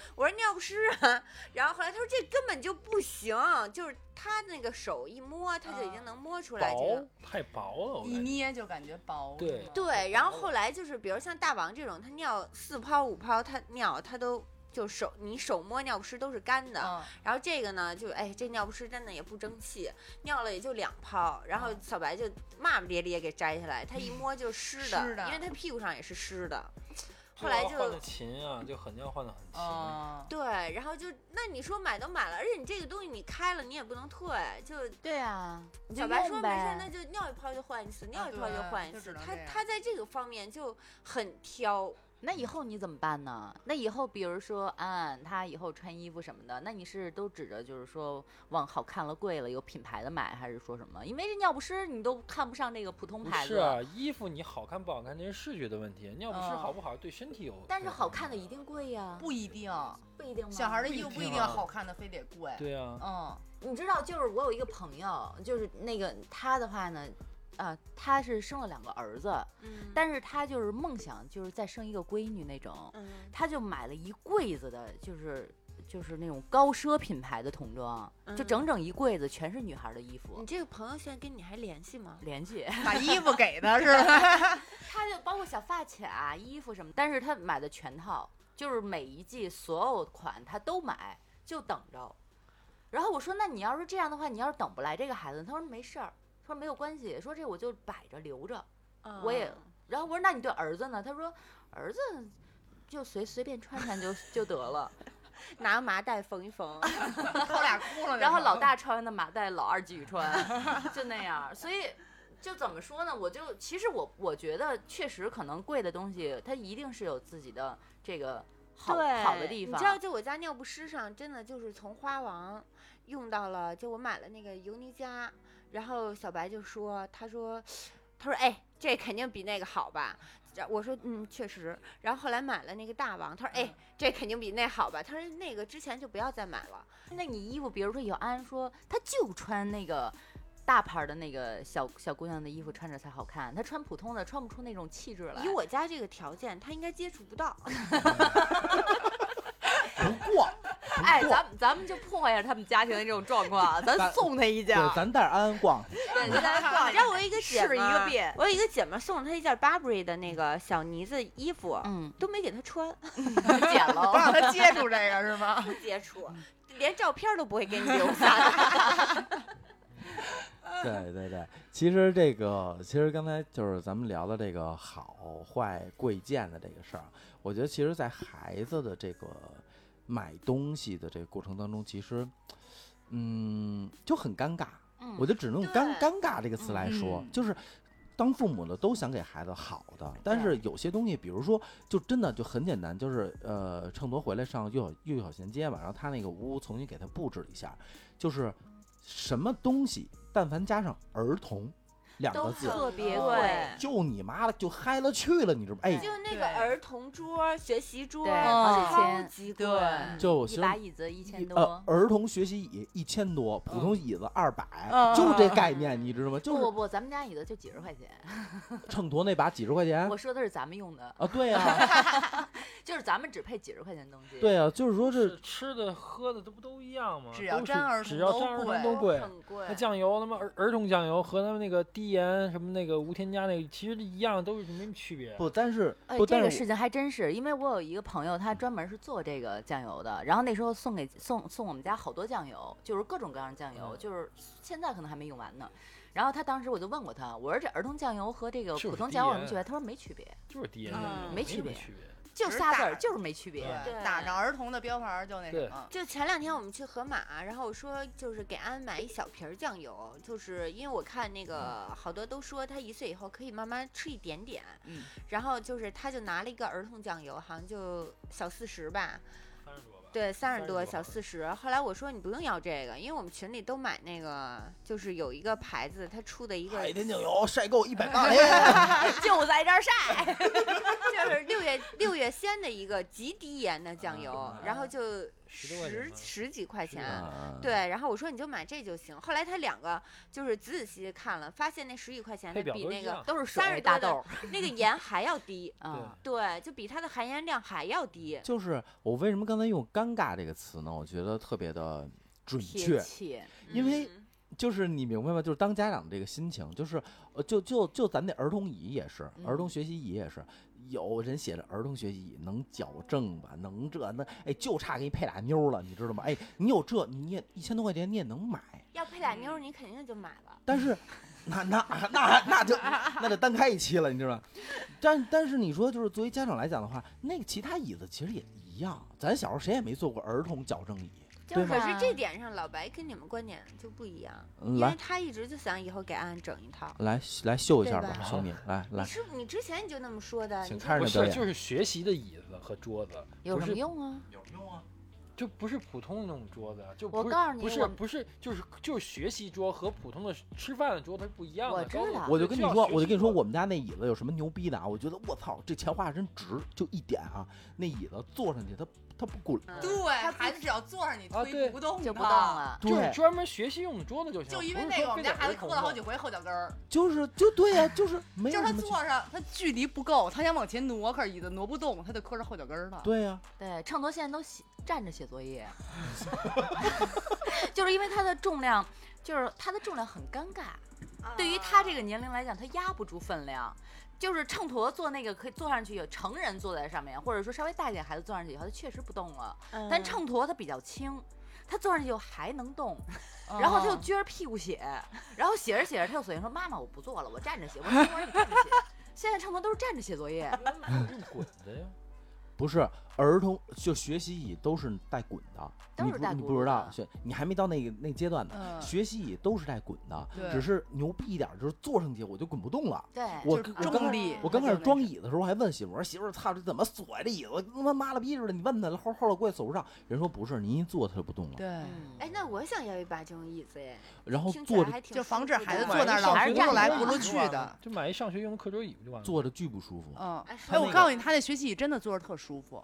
D: 我说：“尿不湿啊。”然后后来他说：“这根本就不行，就是他那个手一摸，他就已经能摸出来这个。
F: 薄太薄了，我
E: 一
F: 感觉
E: 捏就感觉薄，
F: 对
E: 是吗
D: 对，然后
E: 哦
D: 后来就是，比如像大王这种，他尿四泡五泡，他尿他都就手你手摸尿不湿都是干的，
E: 嗯
D: 然后这个呢，就哎这尿不湿真的也不争气，尿了也就两泡，然后
E: 嗯
D: 小白就骂骂咧咧给摘下来，他一摸就是湿的，
E: 湿的
D: 因为他屁股上也是 湿的。后
F: 这
D: 来
F: 要
D: 就
F: 换的勤啊，就很要换的很啊勤。
E: 嗯，
D: 对，然后就那你说买都买了，而且你这个东西你开了你也不能退，就
A: 对啊，你就
D: 小白
A: 用
D: 说没事
A: 呗
D: 儿，那就尿一泡就换一次，尿
E: 啊
D: 一泡就
E: 对
D: 换一
E: 就
D: 次。
E: 只能
D: 他
E: 这样
D: 他在这个方面就很挑，
A: 那以后你怎么办呢？那以后比如说安安她以后穿衣服什么的，那你是都指着就是说往好看了、贵了、有品牌的买，还是说什么？因为这尿不湿你都看不上这个普通
F: 不
A: 牌
F: 是
A: 子了。哦
F: 啊，衣服你好看不好看，这是视觉的问题。尿不湿
E: 嗯
F: 好不好，对身体有。
A: 但是
F: 有
A: 好
F: 帮
A: 看的
F: 助
A: 一定贵呀、
E: 不一定，
A: 不一定吗？
E: 小孩的
F: 不
E: 衣
F: 一
E: 服不一
F: 定
E: 定
F: 啊
E: 好看的非得贵，
F: 对啊，
A: 哦
E: 嗯，
A: 你知道，就是我有一个朋友，就是那个他的话呢，呃，他是生了两个儿子，
D: 嗯
A: 但是他就是梦想就是再生一个闺女那种，
D: 嗯
A: 他就买了一柜子的，就是就是那种高奢品牌的童装，就
D: 嗯
A: 整整一柜子全是女孩的衣服
D: 你。这个朋友现在跟你还联系吗？
A: 联系，
E: 把衣服给他是吧？
A: 他就包括小发卡、啊衣服什么，但是他买的全套，就是每一季所有款他都买，就等着。然后我说，那你要是这样的话，你要是等不来这个孩子，他说没事儿，他说没有关系，说这我就摆着留着。我也
D: 嗯，
A: 然后我说那你对儿子呢？他说儿子就随随便穿穿就就得了。
D: 拿麻袋缝一缝。
E: 扣俩窟窿，
A: 然后老大穿的麻袋，老二继续穿， 就那样。所以就怎么说呢？我就其实我我觉得确实可能贵的东西，它一定是有自己的这个好好的地方。
D: 你知道，就我家尿不湿上，真的就是从花王用到了，就我买了那个尤妮佳，然后小白就说，他说， 他说，哎，这肯定比那个好吧。然后我说嗯，确实。然后后来买了那个大王，他说
A: 嗯
D: 哎，这肯定比那好吧。他说那个之前就不要再买了。
A: 那你衣服，比如说有安说，她就穿那个。大牌儿的那个小小姑娘的衣服穿着才好看，她穿普通的穿不出那种气质来。
D: 以我家这个条件，他应该接触不到。
B: 不过，
A: 哎，
B: 不过
A: 咱们咱们就破坏一下他们家庭的这种状况，啊咱
B: 咱
A: 送她一件儿
B: 对，，咱带着安安逛去，
D: 对，就在那逛。你知道我有一个姐
A: 试一
D: 们
A: 个
D: 儿
A: 遍
D: 我有一个姐们儿送了她一件 Burberry 的那个小呢子衣服，
A: 嗯，
D: 都没给她穿。
A: 捡
E: 不让
A: 了。
E: 他接触这个是吗？
D: 不接触，连照片都不会给你留 下。
B: 对对对，其实这个，其实刚才就是咱们聊的这个好坏贵贱的这个事儿啊，我觉得其实，在孩子的这个买东西的这个过程当中，其实，嗯，就很尴尬，
A: 嗯
B: 我就只能用尴
D: 对
B: 尴尬这个词来说，
E: 嗯
B: 就是。当父母的都想给孩子好的，但是有些东西，比如说，就真的就很简单，就是呃，秤砣回来上幼小幼小衔接嘛，然后他那个屋重新给他布置了一下，就是什么东西，但凡加上儿童两个
A: 都
B: 字，
A: 特别
E: 对
A: 贵，
B: 就你妈了，就嗨了去了，你知道吗？哎，
D: 就那
E: 对
D: 个儿童桌、学习 桌，
A: 对，
E: 嗯
A: 好几
D: 超
A: 千，
D: 级贵
E: 对。
B: 就其
A: 一
B: 实
A: 把椅子一千
B: 一
A: 多
B: 呃，。儿童学习椅一千多，普通椅子二百、
E: 嗯
B: 就这概念，你知道吗？
A: 不不
B: 就
A: 不，咱们家椅子就几十块钱。
B: 是秤砣那把几十块钱
A: 我说的是咱们用的，
B: 啊，对啊，
A: 就是咱们只配几十块钱的东西。，
B: 对啊，就是说
F: 是
B: 这
F: 吃的喝的，这不都一样吗？
E: 只要
F: 都是
E: 沾儿
F: 只
E: 童
F: 要
E: 都
F: 沾儿童
E: 贵
F: 都贵。
D: 很贵
F: 那，酱油他妈儿儿童酱油和他们那个低低盐什么那个无添加那个，其实一样都是没什么区别。
B: 不，但是
A: 哎
B: 不，，
A: 这
B: 但
A: 个
B: 是
A: 事情还真是，因为我有一个朋友，他专门是做这个酱油的，然后那时候送给送送我们家好多酱油，就是各种各样的酱油，
F: 嗯
A: 就是现在可能还没用完呢。然后他当时我就问过他，我说这儿童酱油和这个
F: 就是
A: 普通
F: 低
A: 酱油有什么
F: 盐
A: 区别？他说没区别，
F: 就是低盐
E: 嗯
F: 的那种，
A: 没
F: 没
A: 区
F: 什么
A: 别
F: 区别。
A: 就
E: 只是
A: 仨字
E: 大
A: 儿，就是没区别。
E: 对，
D: 对
E: 打着儿童的标牌儿就那
F: 对
E: 什么，
D: 就前两天我们去盒马，然后我说就是给安买一小瓶儿酱油，就是因为我看那个好多都说他一岁以后可以慢慢吃一点点，
E: 嗯
D: 然后就是他就拿了一个儿童酱油，好像就小四十吧，
F: 三十多吧。
D: 对，三十
F: 30
D: 多
F: 多
D: 小四十。后来我说你不用要这个，因为我们群里都买那个，就是有一个牌子他出的一个
B: 海天酱油晒够一百八天，
A: 就在这儿晒。
D: 就是六月六月鲜的一个极低盐的酱油
F: 啊，
D: 然后就
F: 十多块钱
D: 十
F: 吧
D: 十几块
F: 是
D: 钱
F: 吧。
B: 啊
D: 对，然后我说你就买这就行。后来他两个就是仔仔细细看了，发现那十几块钱的
F: 配表
D: 比
F: 都
D: 那
F: 一
D: 个
F: 样
A: 都是
D: 30
A: 水
D: 多
A: 大
D: 的
A: 豆儿，
D: 那个盐还要低，
A: 嗯，
D: 对，就比它的含盐量还要低。
B: 就是我为什么刚才用“尴尬”这个词呢？我觉得特别的准
A: 贴
B: 确，
A: 切。
B: 因为
D: 嗯
B: 就是你明白吗？就是当家长的这个心情，就是呃，就就就咱那儿童仪也是，儿童学习仪也是，有人写着儿童学习仪能矫正吧，能这那，哎，就差给你配俩妞儿了，你知道吗？哎，你有这，你也一千多块钱你也能买，
D: 要配俩妞儿，你肯定就买了。
B: 但是那那那那就那就单开一期了，你知道吗？但但是你说就是作为家长来讲的话，那个其他椅子其实也一样，咱小时候谁也没坐过儿童矫正椅，
D: 就
B: 对
D: 可
B: 吧？
D: 是这点上，老白跟你们观点就不一样，
B: 嗯
D: 因为
B: 来
D: 他一直就想以后给安安整一套。
B: 来来秀一下
D: 对
B: 吧，
D: 吧
B: 兄弟，来
D: 你
B: 来，
D: 是你之前你就那么说的，
B: 请
D: 你
B: 开始
F: 不
B: 你的表
F: 是，
B: 演。
F: 就是学习的椅子和桌子，
A: 有
F: 不
A: 什
F: 是
A: 么用啊？
F: 就不是普通那种桌子啊，就
A: 我
F: 不是
A: 告诉你
F: 不是
A: 我
F: 不是，就是就是学习桌和普通的吃饭的桌它是不一样的。
A: 我知
F: 高度
A: 道
B: 我就跟你说，我就跟你说，，
F: 要学习桌
B: 我们家那椅子有什么牛逼的啊？我觉得我操，这钱花的真值，就一点啊，那椅子坐上去它它不滚，
D: 嗯
E: 对，孩子只要坐上你
B: 哦
F: 啊
E: 推
F: 对
E: 不动
A: 就不
E: 的
A: 动了。
F: 就是
B: 对，
F: 专门学习用的桌子就行。
E: 就因
F: 不
E: 为
F: 是
E: 那
F: 说
E: 个，我们
F: 非
E: 家
F: 得
E: 孩子
F: 儿
E: 磕
F: 童
E: 了好
F: 的
E: 几回后脚跟儿，
B: 就是就对呀、就是没
E: 就
B: 有
E: 是
B: 什
E: 他
B: 么去。
E: 坐上，他距离不够，他想往前挪，可是椅子挪不动，他就磕着后脚跟儿了。
B: 对呀、
A: 对，秤砣现在都写站着写作业， 就是因为它的重量，就是它的重量很尴尬。
D: 啊
A: 对于他这个年龄来讲，他压不住分量。就是秤砣坐那个可以坐上去，有成人坐在上面，或者说稍微大一点孩子坐上去以后，他确实不动了。
D: 嗯
A: 但秤砣它比较轻，他坐上去以后还能动，
D: 哦
E: 嗯，
A: 然后他又撅着屁股写，然后写着写着他又索性说：“妈妈，我不坐了，我站着写。”我说：“我也不站着写。”现在秤砣都是站着写作业，
F: 用滚的呀，
B: 不是儿童就学习椅都是带滚的，
A: 都
B: 你
A: 是
B: 不
A: 带
B: 你
A: 轱
B: 不
A: 辘
B: 知道
A: 的，
B: 学你还没到那个那阶段呢。
E: 嗯，
B: 学习椅都是带滚的，
E: 对
B: 只是牛逼一点儿，就是坐上去我就滚不动了。
A: 对，
B: 我
E: 就是
B: 我
E: 重
B: 刚
E: 力，
B: 我刚开始装椅子的时候，我还问媳妇儿，我说媳妇儿，操，这怎么锁这椅子，跟他妈麻了逼似的？你问他了，后后来我也走不上。人说不是，您一坐他就不动了，
E: 对，
A: 嗯
D: 哎，那我想要一把这种椅子哎，
B: 然后
D: 听起
B: 坐
D: 来
B: 着
D: 还挺
E: 就
D: 舒
E: 防止
D: 服
E: 孩子
D: 的
E: 坐那儿老
A: 还
E: 轱
A: 是
E: 辘来
A: 站
E: 轱
A: 着
E: 辘去的。
F: 就买一上学用的课桌椅不就完了？
B: 坐着巨不舒服。
E: 嗯，
D: 哎是
E: 哎，我
D: 那
E: 告
D: 个
E: 诉你，他那学习椅真的坐着特舒服。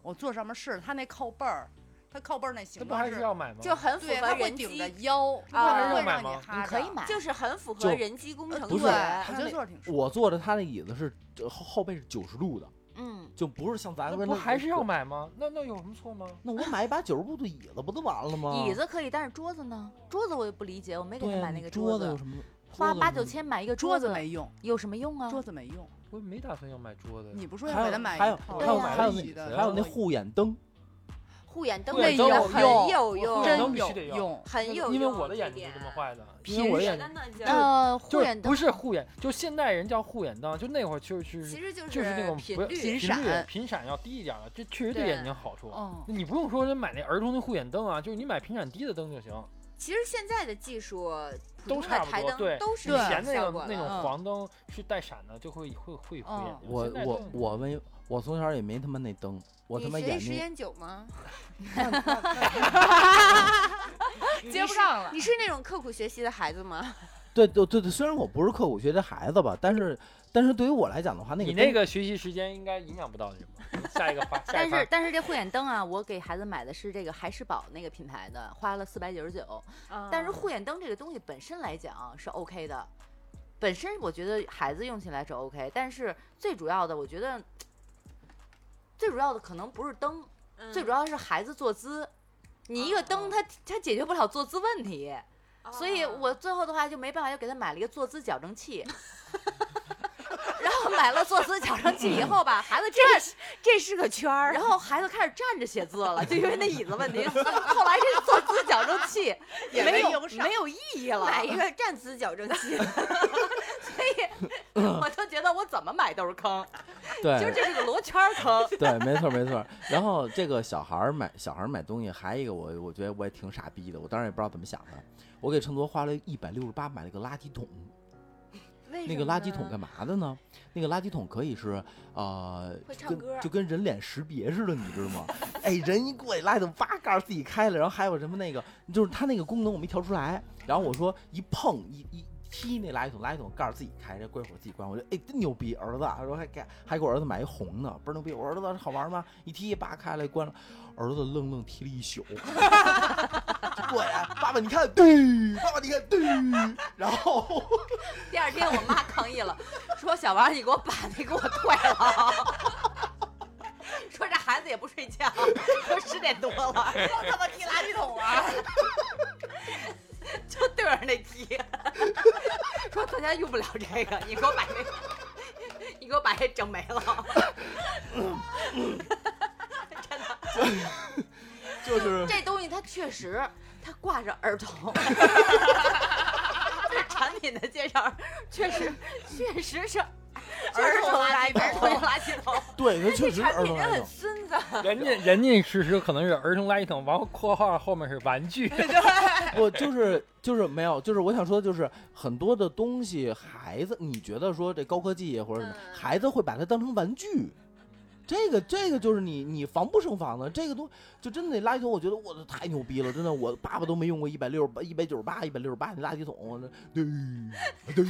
E: 我坐上面试，他那靠背儿，他靠背儿那
F: 这
E: 形
F: 不
E: 状
F: 还
E: 是
F: 是要买吗？
D: 就很符
E: 对，
D: 合
E: 他会
D: 人
E: 顶着
D: 机，
E: 腰，
D: 啊
E: 他会
F: 要买
E: 让
F: 吗
E: 你呃
A: 你可以
E: 买。
A: 买，
D: 就是很符
B: 就
D: 合人机工
F: 呃
D: 程
B: 不
D: 学。
B: 是
E: 对，我觉
B: 那
E: 得坐着挺舒服。
B: 我坐着他那椅子是呃后后背是九十度的，
A: 嗯，
B: 就不是像咱
F: 那
B: 们
F: 不还是要。买吗？那那有什么错吗？
B: 那我买一把九十度的椅子不就完了吗？
A: 椅子可以，但是桌子呢？桌子我也不理解，我没给
B: 哦对
A: 他
B: 啊
A: 买那
B: 你
A: 个
B: 桌
A: 子，
B: 有什么？
A: 花
B: 桌子有
A: 八
B: 什
A: 九
B: 么
A: 千买一个
E: 桌
A: 子
E: 子没用，
A: 有什么用啊？
E: 桌子没用。
F: 我没打算要买桌子呀。
E: 你不说
B: 还
E: 要给
B: 有
E: 他买
B: 还有
E: 一套
A: 还
E: 要
A: 有
E: 买
B: 还有
E: 自己
B: 那
E: 的，
B: 还有那护眼灯，
D: 护眼灯
F: 护眼
D: 真的
E: 灯
D: 很
E: 有
D: 有用，
E: 真
F: 眼灯必
E: 有
F: 须得要
E: 用。
D: 很有用。
F: 因为我的眼睛
D: 这
F: 就这么
D: 点，
F: 坏的，因
E: 平
F: 为我的
E: 时
F: 眼睛
D: 真的就
A: 呃，护
F: 就
A: 眼
F: 是
A: 灯
F: 不是护眼，就现代人叫护眼灯，就那会儿就是
D: 其实就
F: 嗯就是那种
D: 频
F: 不要
D: 率
E: 频。
F: 频
E: 闪
F: 率频闪要低一点了，这确实对
D: 对
F: 眼睛有好处。
E: 嗯，
F: 你不用说人买那儿童的护眼灯啊，就是你买频闪低的灯就行。
D: 其实现在的技术，普
F: 都
D: 通的
F: 差不
D: 台
F: 多对
D: 灯都是
F: 以
E: 对
F: 前
D: 这
F: 那
D: 效
F: 种
D: 果
F: 那
D: 的
F: 种
E: 嗯
F: 黄灯是带闪的，就会会会会眼睛。
B: 我
F: 现在
B: 我
F: 灯
B: 我没我从小也没他妈那灯，我他
D: 你
B: 妈
D: 学
B: 眼
D: 习时
B: 睛
D: 间久吗？
E: 接不上了。
D: 你是那种刻苦学习的孩子吗？
B: 对对对对，虽然我不是刻苦学这孩子吧，但是但是对于我来讲的话，那个
F: 你那
B: 灯
F: 个学习时间应该影响不到你吧？下一个话，下
A: 但
F: 一个
A: 是但是这护眼灯啊，我给孩子买的是这个海世宝那个品牌的，花了四百九十九。
D: 啊嗯
A: 但是护眼灯这个东西本身来讲是 OK 的，本身我觉得孩子用起来是 OK，但是最主要的，我觉得最主要的可能不是灯，最主
D: 要
A: 要是孩子坐姿。你一个灯它它解决不了坐姿问题，
D: 哦
A: 所以我最后的话就没办法，就给他买了一个坐姿矫正器。 然后买了坐姿矫正器以后吧，孩子站，
D: 这是个圈儿，
A: 然后孩子开始站着写字了，就因为那椅子 问题。所以后来这坐姿矫正器
E: 也
A: 没有
E: 用上
A: 没有意义了，
D: 买一个站姿矫正器。 嗯
A: 我就觉得我怎么买都是坑，
B: 对，
A: 就是这是个罗圈儿坑。
B: 对，没错没错。然后这个小孩儿买小孩儿买东西，还有一个我我觉得我也挺傻逼的，我当时也不知道怎么想的。我给秤砣花了一百六十八买了个垃圾桶，
D: 为
B: 那
D: 什
B: 个
D: 么
B: 垃圾桶
D: 呢
B: 干嘛的呢？那个垃圾桶可以是呃，
D: 会
B: 就
D: 唱
B: 跟
D: 歌
B: 就跟人脸识别似的，你知道吗？哎，人一过去，垃圾桶叭盖儿自己开了，然后还有什么那个，就是它那个功能我没调出来。然后我说一碰一一。踢那垃圾桶，垃圾桶盖儿自己开，这过一会儿自己关。我觉得哎，真牛逼，儿子！然后还给还给我儿子买一红的，倍儿牛逼。我说儿子这好玩吗？一踢叭开了，关了。儿子愣愣踢了一宿， 就过来，爸爸你看，对，爸爸你看，对。 然后
A: 第二天我妈抗议了， 说小王你给我把那给我退了。 说这孩子也不睡觉，都十点多了，又他妈踢垃圾桶啊， 就对着那踢。 说咱家用不了这个，你给我把这个，你给我把这整没了。
B: 就是
A: 这东西它确实，它挂着儿童。这产品的介绍确实确实是儿童垃圾儿童垃圾桶。
B: 对，它确实是儿童
A: 人
B: 来
A: 很
B: 用。
A: 孙子，
F: 人家人家是是可能是儿童垃圾桶，完后括号后面是玩具，
B: 我就是就是没有，就是我想说，的就是很多的东西，孩子你觉得说这高科技或者什么，孩子会把它当成玩具。这个这个就是你你防不胜防的，这个东就真的那垃圾桶，我觉得我的太牛逼了，真的我爸爸都没用过一百六十八、一百九十八、一百六十八那垃圾桶，我这对对，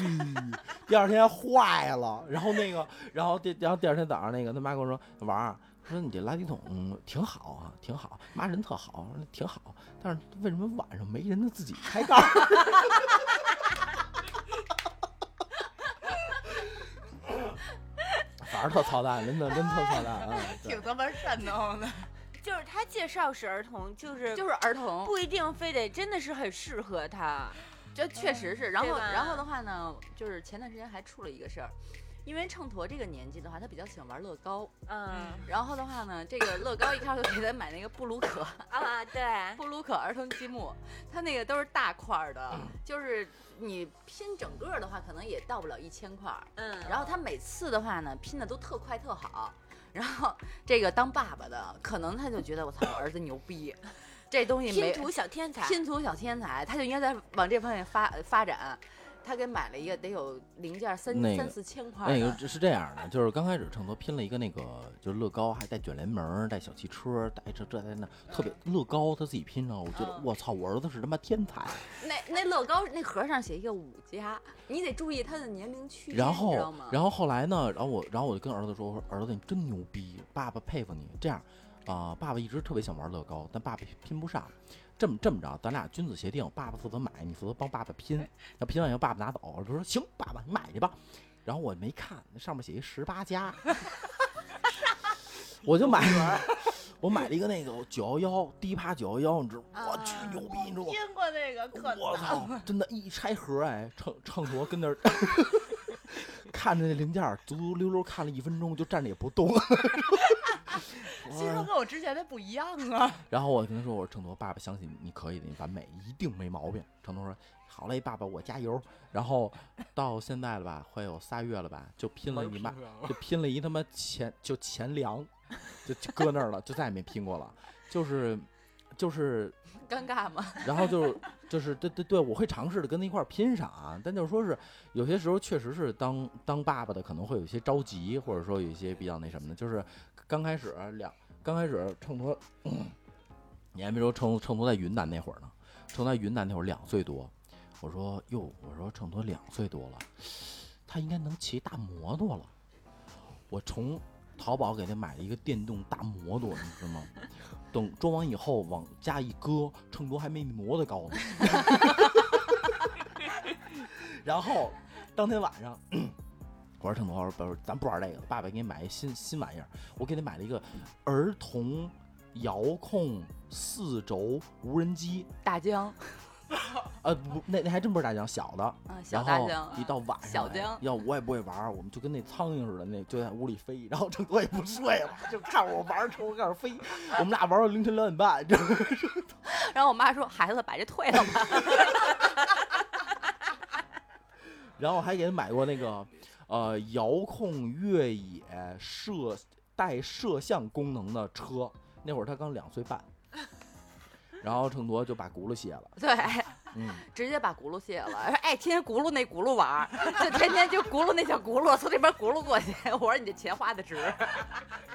B: 第二天坏了，然后那个，然后第然后第二天早上那个他妈跟我说，王儿，说你这垃圾桶、嗯挺好啊，挺好，妈人特好，挺好，但是为什么晚上没人他自己开盖儿？ 反正特操蛋，真的真特操蛋啊！对
E: 挺他妈瘆得慌的。
D: 就是他介绍是儿童，就是
A: 就是儿童。
D: 不一定非得真的是很适合他。
A: 这确实是。然
D: 嗯对
A: 后，
D: 吧
A: 然后的话呢，就是前段时间还出了一个事儿，因为秤砣这个年纪的话，他比较喜欢玩乐高。
D: 嗯
A: 然后的话呢，这个乐高一开始就给他买那个布鲁可，
D: 啊，对，
A: 布鲁可儿童积木，它那个都是大块儿的，就是你拼整个儿的话，可能也到不了一千块儿。
D: 嗯，
A: 然后他每次的话呢，拼的都特快特好。然后这个当爸爸的，可能他就觉得我操，我儿子牛逼，这东西没
D: 拼图小天才，
A: 拼图小天才，他就应该在往这方面发发展。他给买了一个得有零件三、
B: 那个
A: 三四千块
B: 那
A: 的，
B: 个哎是这样的，就是刚开始秤砣拼了一个那个，就是乐高，还带卷帘门儿，带小汽车，带这这带那，特别乐高他自己拼上，我觉得
A: 嗯
B: 我操，我儿子是他妈天才。
A: 那那乐高那盒上写一个五加，你得注意它的年龄区间，
B: 然
A: 你
B: 后
A: 知道吗？，
B: 然后后来呢？然后我，然后我就跟儿子说：“我说儿子，你真牛逼，爸爸佩服你。这样，啊、爸爸一直特别想玩乐高，但爸爸拼不上。这么这么着，咱俩君子协定，爸爸负责买，你负责帮爸爸拼。那拼完以后，爸爸拿走。我就说行，爸爸你买去吧。然后我没看，那上面写一十 八加，我就买了，我买了一个那个九幺幺低趴九幺幺，你知道吗？我巨牛逼，你知道吗？
E: 听过那个可
B: 我操， 真的，一拆盒哎，秤秤砣跟那儿 看着那零件儿，足足溜溜看了一分钟，就站着也不动。
E: 其实跟我之前的不 一样啊。
B: 然后我跟他说：“我说秤砣，爸爸相信你可以的，你完美，一定没毛病。”秤砣说：“好嘞，爸爸，我加油。”然后到现在了吧，快有仨月了吧，就拼了 你妈，就拼了一他妈前就前梁，就就搁那儿了，就再也没拼过了。就是就是
A: 尴尬吗？
B: 然后就是就是对对对，我会尝试的跟他一块儿拼上啊，但就是说是有些时候确实是当当爸爸的可能会有一些着急，或者说有一些比较那什么的，就是刚开始啊两刚开始秤砣，你还没说秤秤砣在云南那会儿呢，秤砣在云南那会儿两岁多，我说哟，我说秤砣两岁多了，他应该能骑大摩托了，我从淘宝给他买了一个电动大摩托，你知道吗？等装完以后往家一搁，秤砣还没你摩 托高呢。然后当天晚上，我说秤砣，我说咱不玩这个了，爸爸给你买一新新玩意儿，我给你买了一个儿童遥控四轴无人机。
A: 大疆，
B: 呃，不，那那还真不是大江，小的，
A: 嗯，小
B: 然
A: 大
B: 后
A: 江
B: 一到晚上，
A: 小江
B: 要我也不会玩儿，我们就跟那苍蝇似的，那就在屋里飞，然后郑多也不睡了，就看我玩儿，瞅我开始飞，我们俩玩儿到凌晨两点半，就
A: 然后我妈说：“孩子，把这退了吧。
B: 然后还给他买过那个呃遥控越野摄带摄像功能的车，那会儿他刚两岁 半，然后郑铎就把轱辘卸了，”
A: 对，
B: 嗯，
A: 直接把轱辘卸了。说：“哎，天天轱辘那轱辘玩儿，就天天就轱辘那小轱辘，从这边轱辘过去。” 我说：“你这钱花的值。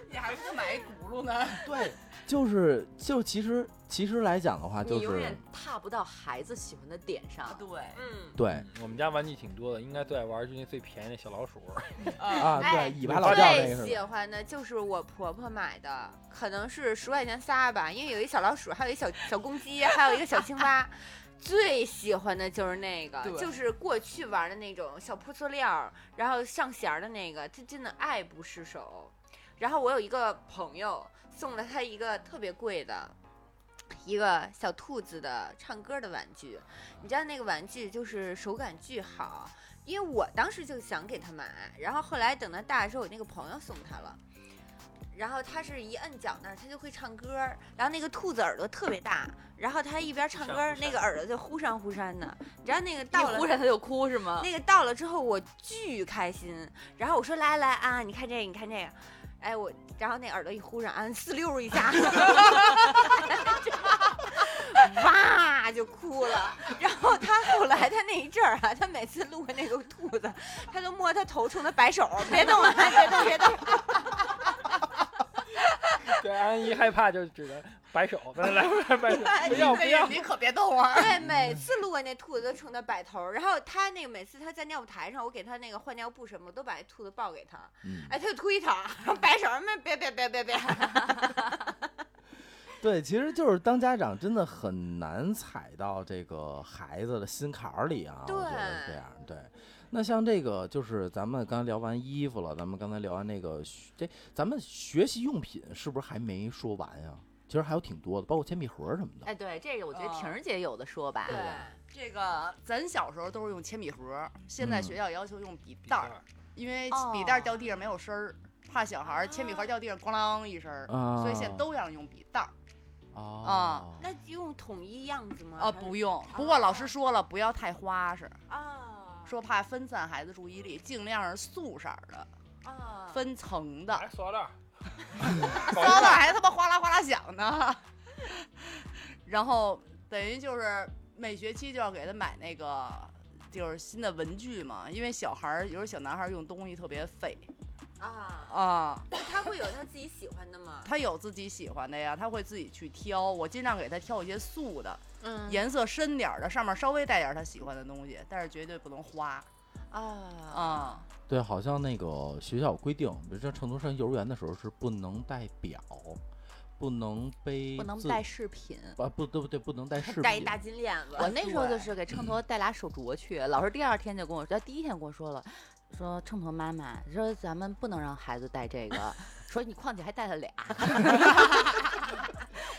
E: 你还不买轱辘呢？
B: 对，就是就其实其实来讲的话，就
A: 你永
B: 是
A: 远踏不到孩子喜欢的点上。
E: 啊对，
D: 嗯，
B: 对
F: 嗯我们家玩具挺多的，应该最爱玩就那最便宜的小老鼠。
B: 啊，对，
D: 哎
B: 尾巴老掉那
D: 最
B: 个是
D: 喜
B: 吧？
D: 欢的就是我婆婆买的，可能是十块钱仨吧，因为有一小老鼠，还有一小小公鸡，还有一个小青蛙。最喜欢的就是那个，
E: 对
D: 就是过去玩的那种小扑塑料儿，然后上弦儿的那个，这真的爱不释手。然后我有一个朋友送了他一个特别贵的，一个小兔子的唱歌的玩具，你知道那个玩具就是手感巨好，因为我当时就想给他买，然后后来等他大的时候，我那个朋友送他了。然后他是一摁脚那儿，他就会唱歌儿。然后那个兔子耳朵特别大，然后他一边唱歌儿，那个耳朵就忽闪忽闪的。你知道那个”
A: 一
D: 到了
A: 忽然他就哭是吗？
D: 那个到了之后，我巨开心。然后我说来来啊，你看这个，你看这个。哎，我然后那耳朵一忽上，啊，四溜一下， 哇就哭了。然后他后来他那一阵儿啊，他每次路过那个兔子，他都摸他头，冲他摆手，别动啊，别动，别动。
F: 对，安一害怕就只能摆手，来来来摆手，不要不要。
E: 你可别动啊！
D: 对，每次路过那兔子都冲他摆头。然后他那个每次他在尿布台上，我给他那个换尿布什么，我都把兔子抱给他。
B: 嗯，
D: 哎，他就推他，摆手，没别别别别别。
B: 对，其实就是当家长真的很难踩到这个孩子的心坎儿里啊，我觉得是这
D: 对
B: 样。对，那像这个就是咱们刚才聊完衣服了，咱们刚才聊完那个学这，咱们学习用品是不是还没说完呀、其实还有挺多的，包括铅笔盒什么的。
A: 哎，对，这个我觉得
E: 哦
A: 婷儿姐有的说吧。
E: 对这个 咱小时候都是用铅笔盒，现在
B: 嗯
E: 学校要求用笔袋儿，因为笔袋儿掉地上没有声儿，怕小孩儿铅笔盒掉地上咣啷一声儿，
B: 啊，
E: 所以现在都让用笔袋儿。
B: 哦
D: 啊那用统一样子吗？
E: 啊，不用。不过老师说了，不要太花式，
D: 啊，
E: 说怕分散孩子注意力，尽量是素色儿的、
D: 啊，
E: 分层的。
F: 来塑料袋儿，
E: 糟了，还他妈哗啦哗啦响呢。 然后等于就是每学期就要给他买那个就是新的文具嘛，因为小孩儿有时候小男孩儿用东西特别费
D: 啊，
E: 啊，
D: 他会有他自己喜欢的吗？
E: 他有自己喜欢的呀，他会自己去挑。我尽量给他挑一些素的，
D: 嗯
E: 颜色深点儿的，上面稍微带点儿他喜欢的东西，但是绝对不能花
D: 啊
E: 啊。
B: 对，好像那个学校有规定，比如像成都上幼儿园的时候是不能带表，不能背，
A: 不能带，饰品。
B: 啊，不对不对，不能带饰品，
D: 戴一大金链子，
A: 我那时候就
E: 对
A: 是给秤砣带俩手镯去，老师第二天就跟我说，第一天跟我说了，说秤砣妈妈说咱们不能让孩子带这个，说你况且还带了俩，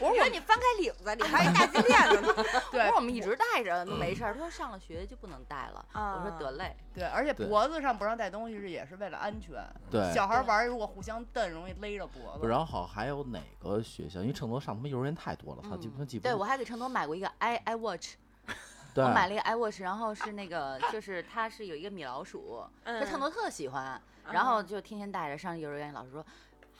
D: 我说你翻开领子，里还有一大金链子呢。
A: 我
E: 对
A: 说我嗯们一直带着没事儿，他说上了学就不能带了，我
D: 哦
A: 说得嘞，
E: 对，而且
B: 对
E: 脖子上不让带东西是也是为了安全。
B: 对，
E: 小孩儿玩儿如果互相蹬，容易勒着脖
B: 不，
E: 子。
B: 然后好还有哪个学校？因为郑多上他们幼儿园太多了，操，基本记不。
A: 嗯对我还给秤砣买过一个 i i watch，
B: 对
A: 我买了一个 i watch，然后是那个就是它是有一个米老鼠，这秤
D: 嗯
A: 砣特喜欢，然后就天天带着上幼儿园，老师说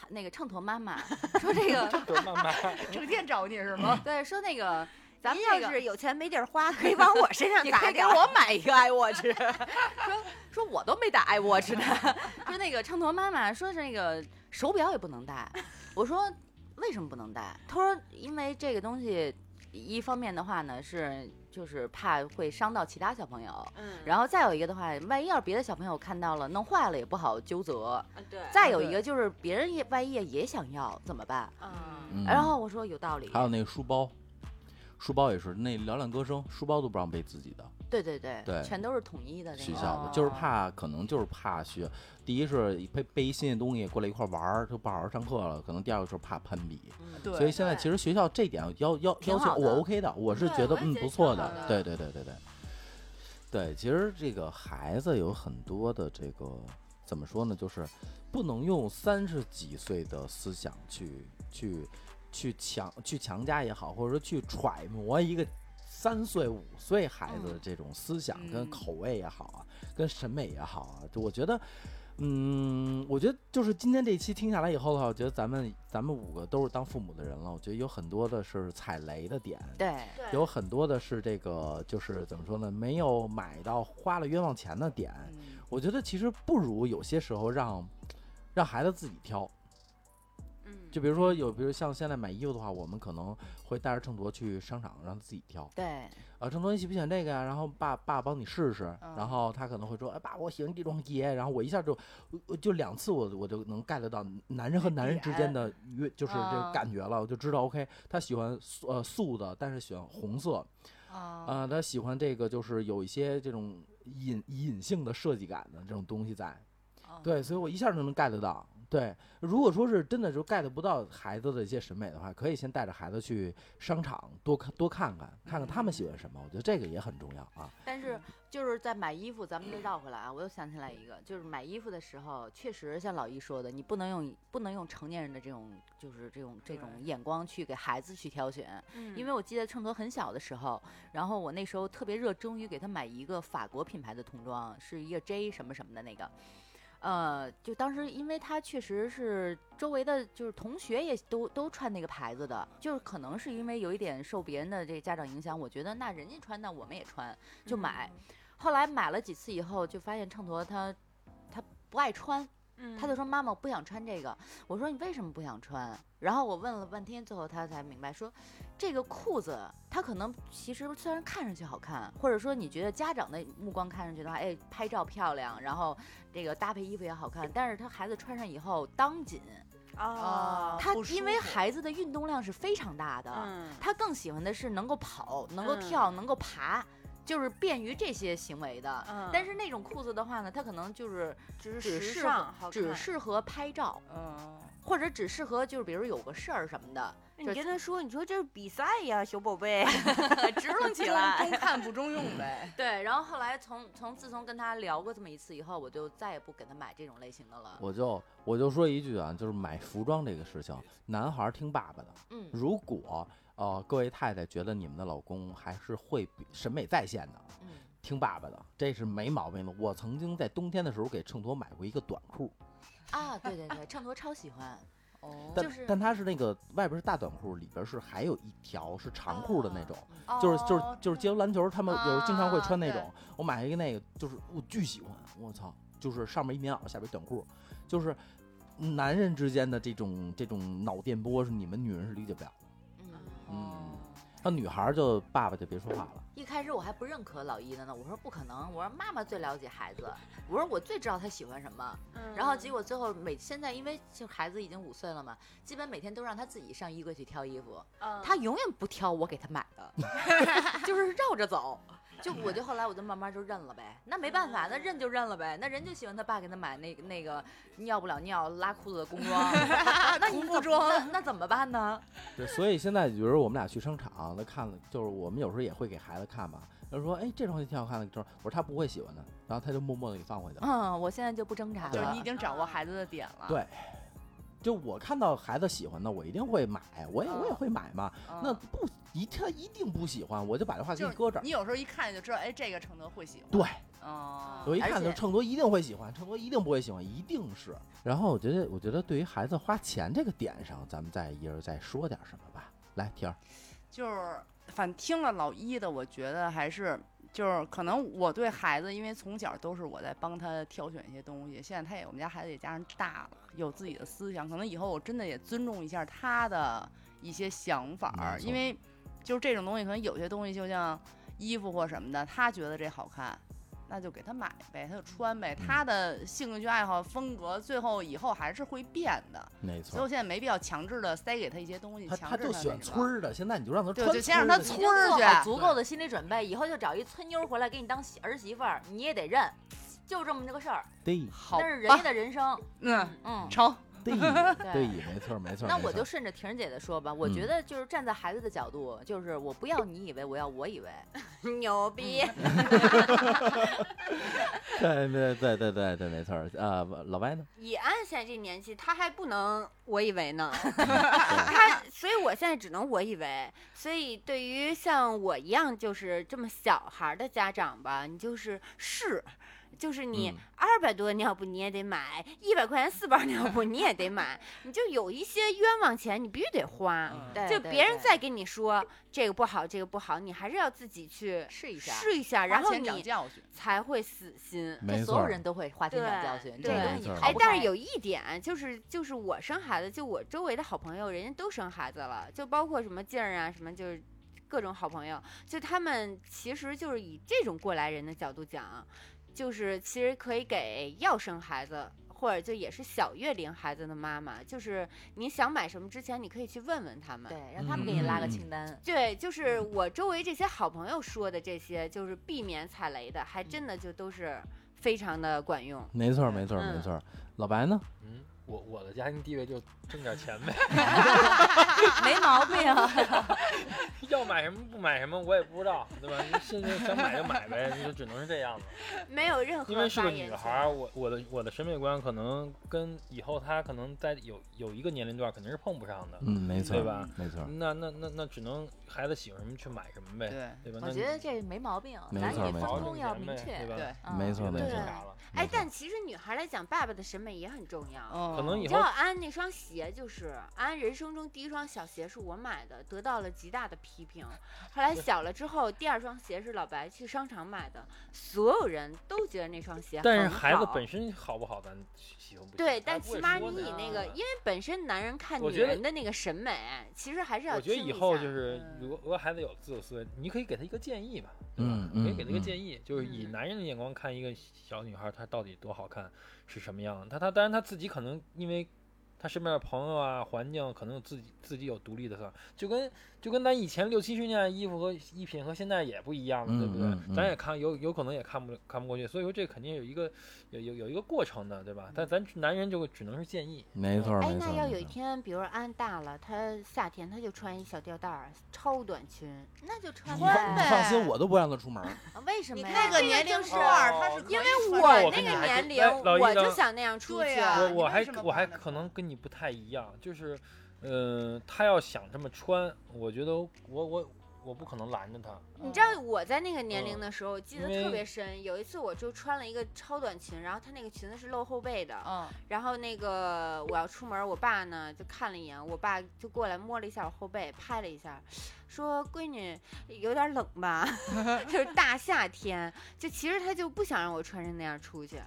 A: 那个秤砣妈妈 说这个
F: 对慢慢。
E: 整天找你是吗？
A: 对说那个咱
D: 咱
A: 们这
D: 们
A: 个
D: 要是有钱没地儿花，可以往我身上
A: 你
D: 砸
A: 快给
D: 点。
A: 我买一个 iWatch，说 说我都没戴 iWatch 呢， 说那个秤砣妈妈说是那个手表也不能戴，我说为什么不能戴？她说因为这个东西，一方面的话呢是就是怕会伤到其他小朋友，
D: 嗯
A: 然后再有一个的话，万一要是别的小朋友看到了弄坏了也不好纠责，
D: 后啊对，
A: 再有一个就是别人也万一也想要怎么办？
D: 嗯
B: 嗯
A: 然后我说有道理
B: 还，有那个书包，书包也是，那嘹亮歌声，书包都不让背自己的，
A: 对对对，
B: 对
A: 全都是统一的那
B: 学
A: 个。哦
B: 校的，就是怕可能就是怕学，第一是被被一新鲜东西过来一块儿玩儿，就不好好上课了；可能第二个是怕攀比，
A: 嗯
E: 对，
B: 所以现在其实学校这点要要
A: 挺
B: 要求
A: 好的
B: 我 OK 的，我是
D: 对
B: 觉得
D: 我也
B: 嗯
D: 觉
B: 不
D: 得
B: 错
D: 挺好
B: 的，对对对对对，对，其实这个孩子有很多的这个怎么说呢，就是不能用三十几岁的思想去去去强去强加也好，或者说去揣摩一个。三岁、五岁孩子的这种思想跟
E: 嗯
B: 口味也好啊，跟审美也好啊，就我觉得嗯，我觉得就是今天这一期听下来以后的话，我觉得咱们咱们五个都是当父母的人了，我觉得有很多的是踩雷的点，
A: 对，
D: 对
B: 有很多的是这个就是怎么说呢，没有买到花了冤枉钱的点。
E: 嗯
B: 我觉得其实不如有些时候让让孩子自己挑，
D: 嗯，
B: 就比如说有，比如像现在买衣服的话，我们可能会带着秤砣去商场让他自己挑。
A: 对，
B: 啊，郑多你喜不喜欢这个呀、然后爸爸帮你试试，然
E: 嗯
B: 后他可能会说，哎，爸，我喜欢这双鞋。然后我一下就，我就两次我我就能 get 到男人和男人之间的约，就是这个
E: 嗯
B: 感觉了，我就知道 OK，他喜欢素呃素的，但是喜欢红色，
E: 啊，
B: 啊，他喜欢这个就是有一些这种隐隐性的设计感的这种东西在，
E: 啊
B: 对，所以我一下就能 get 到。对，如果说是真的就 get 不到孩子的一些审美的话，可以先带着孩子去商场多看多看看，看看他们喜欢什么。我觉得这个也很重要啊。
A: 但是就是在买衣服，咱们这绕回来啊，我又想起来一个，就是买衣服的时候，确实像老一说的，你不能用不能用成年人的这种就是这种这种眼光去给孩子去挑选，
D: 嗯
A: 因为我记得秤砣很小的时候，然后我那时候特别热衷于给他买一个法国品牌的童装，是一个 J 什么什么的那个。呃，就当时，因为他确实是周围的，就是同学也都都穿那个牌子的，就是可能是因为有一点受别人的这家长影响，我觉得那人家穿，那我们也穿，
D: 嗯
A: 就买。后来买了几次以后，就发现秤砣他他不爱穿，
D: 嗯
A: 他就说：“妈妈，我不想穿这个。”我说：“你为什么不想穿？”然后我问了半天，最后他才明白说，这个裤子它可能其实虽然看上去好看，或者说你觉得家长的目光看上去的话，哎，拍照漂亮，然后这个搭配衣服也好看，但是他孩子穿上以后当紧，
E: 啊
A: 他
E: 不舒
A: 因为
E: 服
A: 孩子的运动量是非常大的，
D: 哦嗯
A: 他更喜欢的是能够跑、能够
D: 嗯
A: 跳、能够爬。就是便于这些行为的，
D: 嗯
A: 但是那种裤子的话呢，它可能就是
D: 只
A: 只
D: 是
A: 适
D: 时
A: 合
D: 尚好看，
A: 只适合拍照，
E: 嗯，
A: 或者只适合就是比如有个事儿什么 的，
D: 你
A: 就
D: 跟他说，你说这是比赛呀，小宝贝，支棱起来
E: 中。中看不中用呗。
A: 对。然后后来从从自从跟他聊过这么一次以后，我就再也不给他买这种类型的了。
B: 我就我就说一句啊，就是买服装这个事情，男孩儿听爸爸的。
A: 嗯，
B: 如果呃各位太太觉得你们的老公还是会比审美在线的，
A: 嗯
B: 听爸爸的，这是没毛病的。我曾经在冬天的时候给秤砣买过一个短裤，
A: 啊，对对对，秤砣超喜 欢，
E: 哦
B: 但、
A: 就是
B: 但它是那个外边是大短裤，里边是还有一条是长裤的那种，
E: 哦
B: 就是就是就是街头篮球他们有时候经常会穿那
E: 啊
A: 哦
B: 种，我买了一个那个，就是我巨喜欢，我操，就是上面一棉袄，下边短裤，就是男人之间的这种这种脑电波是你们女人是理解不了的，
A: 嗯。
B: 嗯，那女孩儿就爸爸就别说话了，
A: 一开始我还不认可老一的呢，我说不可能，我说妈妈最了解孩子，我说我最知道他喜欢什么。
D: 嗯
A: 然后结果最后每现在因为就孩子已经五岁了嘛，基本每天都让他自己上衣柜去挑衣服，他永远不挑我给他买的， 就是绕着走。就我就后来我就慢慢就认了呗，那没办法，那认就认了呗。那人就喜欢他爸给他买那那个尿不了尿拉裤子的工装， 那你怎
E: 童
A: 么
E: 装
A: 那那怎么办呢？
B: 对，所以现在比如我们俩去商场，那看了就是我们有时候也会给孩子看嘛，他说哎这双鞋挺好看的，这双我说他不会喜欢的，然后他就默默的给放回去了。
A: 嗯，我现在就不挣扎
E: 就是
A: 了
E: 你已。经掌握孩子的点了。
B: 对就我看到孩子喜欢的，我一定会买，我也我也会买嘛。
E: 嗯，
B: 那不一他一定不喜欢，我就把这话给
E: 就
B: 你
E: 是
B: 搁这儿。
E: 你有时候一看就知道，哎，这个承德会喜欢。
B: 对，
E: 哦，
B: 我一
A: 嗯而
B: 看就
A: 且
B: 秤砣一定会喜欢，秤砣一定不会喜欢，一定是。然后我觉得，我觉得对于孩子花钱这个点上，咱们再一人再说点什么吧。来，婷儿，
E: 就是反正听了老一的，我觉得还是就是可能我对孩子，因为从小都是我在帮他挑选一些东西，现在他也我们家孩子也加上大了，有自己的思想，可能以后我真的也尊重一下他的一些想法儿，
B: 没错
E: 因为就是这种东西，可能有些东西就像衣服或什么的，他觉得这好看。那就给他买呗，他就穿呗。
B: 嗯
E: 他的兴趣爱好、风格，最后以后还是会变的，
B: 没
E: 所以
B: 错
E: 我。现在没必要强制的塞给他一些东西，
B: 他
E: 强
B: 他
E: 制
B: 就
E: 那
B: 喜欢
E: 个
B: 村儿的，现在你就让他
E: 对
B: 穿
E: 就先让他
B: 村儿的
A: 你
E: 村
A: 就
E: 儿
A: 做
E: 去
A: 好足够的心理准备，以后就找一村妞儿回来给你当媳儿媳妇儿，你也得认，就这么这个事儿，
B: 对
E: 好
A: 那是人家
E: 吧，
A: 的人生。
E: 嗯，
A: 嗯，
E: 成，
B: 对对，没错没错。
A: 那
B: 没
A: 我
B: 错
A: 就顺着婷儿姐的说吧，我觉
B: 嗯
A: 得就是站在孩子的角度，就是我不要你以为，我要我以为。
D: 牛逼！
A: 嗯
B: 对对对对对对，没错儿。啊，老歪呢？
D: 以安现在这年纪，他还不能我以 为呢，
B: 对
D: 他所以我现在只能我以为。所以对于像我一样就是这么小孩儿的家长吧，你就是是，就是你
B: 嗯
D: 二百多的尿布你也得买，一百块钱四包尿布你也得买，你就有一些冤枉钱你必须得花。
A: 嗯对
D: 就
A: 对
D: 别人
A: 对
D: 再跟你说这个不好，这个不好，你还是要自己去
A: 试一下，
D: 试一下，然
E: 花
D: 后
E: 钱长
D: 你
E: 教训。
D: 才会死心。
B: 没
A: 这
B: 错，
A: 所有人都会花钱长教
D: 对
A: 训，这个
B: 对
A: 东西
B: 没
A: 你
B: 错
A: 逃
D: 哎
A: 不，
D: 但
A: 开
D: 是有一点啊就是，就是我生孩子，就我周围的好朋友，人家都生孩子了，就包括什么静儿啊，什么就是各种好朋友，就他们其实就是以这种过来人的角度讲，就是其实可以给要生孩子。或者就也是小月龄孩子的妈妈，就是你想买什么之前，你可以去问问他们。
A: 对，嗯让他们给你
B: 嗯
A: 拉个清 单。
D: 对，就是我周围这些好朋友说的这些，就是避免踩雷的，还
A: 嗯
D: 真的就都是非常的管用。
B: 没错没错
D: 嗯
B: 没错。老白呢？
F: 嗯，我我的家庭地位就挣点钱呗，
A: 没毛 病啊。
F: 要买什么不买什么我也不知道，对吧？就现在想买就买呗，就只能是这样了。
D: 没有任何
F: 因为是
D: 发
F: 个
D: 言
F: 女
D: 权
F: 孩儿，我我的我的审美观可能跟以后她可能在有有一个年龄段肯定是碰不上的。
B: 嗯，没错
F: 对吧
B: 没错。
F: 那那那那只能孩子喜欢什么去买什么呗，
E: 对
F: 对 吧？
A: 我
F: 那
A: 觉得这没毛病，
B: 没
A: 咱
B: 错
A: 也
B: 没
A: 分
B: 错
A: 工要明
F: 对
A: 确。
F: 吧？
E: 对，
A: 嗯
B: 没错没
F: 那
B: 错
F: 就
D: 对
F: 啥了
D: 哎
B: 没，错
D: 但其实女孩来讲，爸爸的审美也很重要。
E: 嗯，
F: 可能
D: 你
F: 以
D: 知
F: 后
D: 道安那双鞋就是安人生中第一双小鞋是我买的，得到了极大的批评。后来小了之后，第二双鞋是老白去商场买的，所有人都觉得那双鞋很好。
F: 但是孩子本身好不好，咱喜欢不喜欢？
D: 对，
F: 咱
D: 但
F: 不会
D: 起码
F: 说
D: 你以
F: 呢
D: 那个，因为本身男人看
F: 我
D: 女
F: 觉得
D: 人的那个审美，其实还是要
F: 我觉得
D: 听
F: 以
D: 一
F: 后
D: 下
F: 就。是，
E: 嗯
F: 如果如果孩子有自有思维，你可以给他一个建议吧，对吧
B: 嗯
F: 可以
B: 嗯
F: 给他一个
B: 嗯
F: 建议，就是以
D: 嗯
F: 男人的眼光看一个小女孩，她到底多好看，是什么样？她她当然她自己可能因为她身边的朋友啊、环境，可能有自己自己有独立的想法，就跟就跟咱以前六七十年代衣服和衣品和现在也不一样了，对不对？
B: 嗯嗯嗯
F: 咱也看有有可能也看不看不过去，所以说这肯定有一个有有有一个过程的，对吧？
E: 嗯
F: 但咱男人就只能是建议，
B: 嗯没错没错。
D: 哎，那要有
B: 没
D: 一
B: 错
D: 天，比如安大了，他夏天他就穿一小吊带儿，超短裙，
A: 那就穿
B: 你
E: 换
B: 放
A: 呗。
B: 你放心，我都不让他出门儿。
A: 啊为什么
E: 你
A: 呀？
E: 那个年龄段儿，他是可以哦
D: 因为
E: 穿的
F: 那我
D: 我
F: 跟
D: 那
F: 你
D: 个
F: 还
D: 年
F: 真
D: 龄
F: 哎老，
D: 我
F: 医生
D: 就想那样出去。
E: 对呀
F: 我
E: 啊你
F: 我
E: 为
F: 还
E: 什么
F: 我
E: 不
F: 还
E: 让他
F: 可
E: 穿
F: 能跟你不太一样，就是，呃，他要想这么穿，我觉得我我我不可能拦着他。
D: 你知道我在那个年龄的时候，记得
F: 因为
D: 特别深。有一次我就穿了一个超短裙，然后她那个裙子是露后背的，
E: 嗯，
D: 然后那个我要出门，我爸呢就看了一眼，我爸就过来摸了一下我后背，拍了一下，说：“闺女，有点冷吧？就是大夏天，就其实他就不想让我穿成那样出去。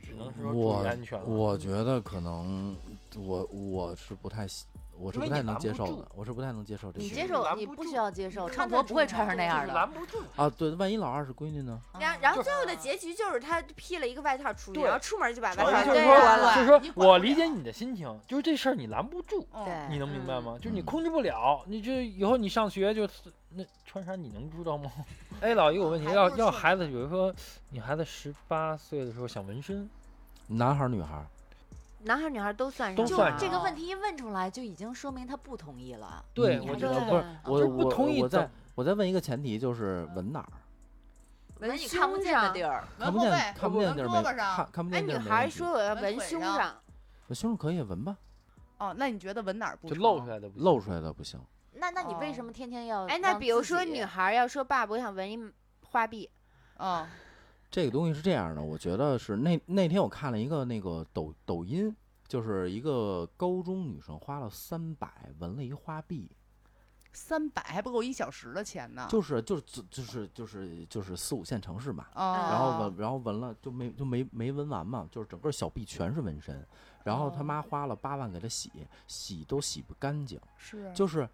F: 只能是说注
B: 我
F: 意安全了。
B: 我觉得可能我我是不太喜，我是
F: 因为
B: 不太
F: 你
B: 能
F: 拦
B: 接
F: 不
B: 受
F: 住
B: 的，我是不太能接受这
A: 你
B: 些
A: 接
B: 的
A: 受，
F: 拦
A: 你
F: 不
A: 不
F: 住
A: 需要接受，
F: 看
A: 秤
F: 得
A: 砣
F: 出
A: 不会
F: 来
A: 穿成那样
F: 就是
A: 的。
F: 拦不住。
B: 啊。对，万一老二是闺女呢？
D: 然后，然后
F: 就
D: 最后的结局就是他披了一个外套出去，
F: 对
D: 然后出门就把外套
F: 就是说
D: 给关了。
F: 就是
E: 你
F: 说
E: 管不
F: 我理
E: 了
F: 解你的心情，就是这事儿你拦不住，
E: 嗯，
A: 对
F: 你能明白吗？就是你
B: 嗯
F: 控制不了，你这以后你上学就是那穿啥你能知道吗？ 哎，老姨，我问你，
E: 还
F: 要
E: 不是
F: 要
E: 说
F: 孩子，比如说你孩子十八岁的时候想纹
B: 嗯
F: 身，
B: 男孩儿女孩儿？
D: 男孩女孩都算上，
F: 都
A: 就
F: 算
A: 这
F: 上
A: 个问题一问出来，就已经说明他不同意了。
F: 对
B: 你
F: 我
B: 你
F: 觉
B: 要
F: 得
B: 不是
F: 就
B: 我
F: 是不
B: 嗯我
F: 同意
B: 我
F: 怎
B: 再我再问一个前提，就是纹哪儿？
A: 那你
D: 胸
A: 看不见的
D: 上
A: 地儿，
E: 纹
B: 看不
E: 后
B: 见
E: 背，
B: 看不见
E: 纹
B: 地儿
E: 胳
B: 没
E: 膊上。
B: 看看不
D: 哎，
B: 见地
D: 女
B: 儿没
D: 孩
B: 问题
D: 说我要
E: 纹
D: 纹
E: 腿
D: 胸
E: 上
D: 上，
B: 我胸上可以纹吧，
E: 哦，那你觉得纹哪儿不
F: 就
E: 成
F: 露出来的不行
B: 露出来的不行。
A: 那那你为
E: 哦
A: 什么天天要让自己？
D: 哎，那比如说女孩要说爸，我想纹一花臂，
E: 嗯，
B: 这个东西是这样的，我觉得是那那天我看了一个那个抖抖音，就是一个高中女生花了三百纹了一花臂，
E: 三百还不够一小时的钱呢。
B: 就是就是就是就是就是四五线城市嘛，
E: 啊，
B: 然后纹然后纹了就没就没没纹完嘛，就是整个小臂全是纹身，然后他
E: 哦
B: 妈花了八万给她洗，洗都洗不干净。
E: 是啊
B: 就是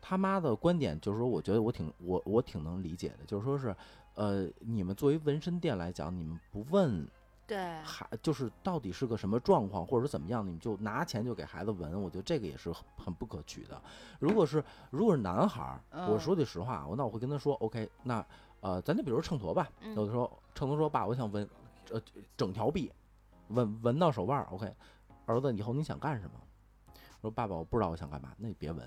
B: 他妈的观点，就是说，我觉得我挺我我挺能理解的，就是说是，呃，你们作为纹身店来讲，你们不问
C: 对，
B: 孩就是到底是个什么状况，或者是怎么样，你们就拿钱就给孩子纹，我觉得这个也是很很不可取的。如果是如果是男孩儿，我
E: 嗯
B: 说句实话，我那我会跟他说，OK，那呃，咱就比如秤砣吧，
C: 嗯
B: 有的时候秤砣说爸，我想纹呃整条臂，纹纹到手腕儿，OK，儿子以后你想干什么？我说爸爸，我不知道我想干嘛，那你别纹。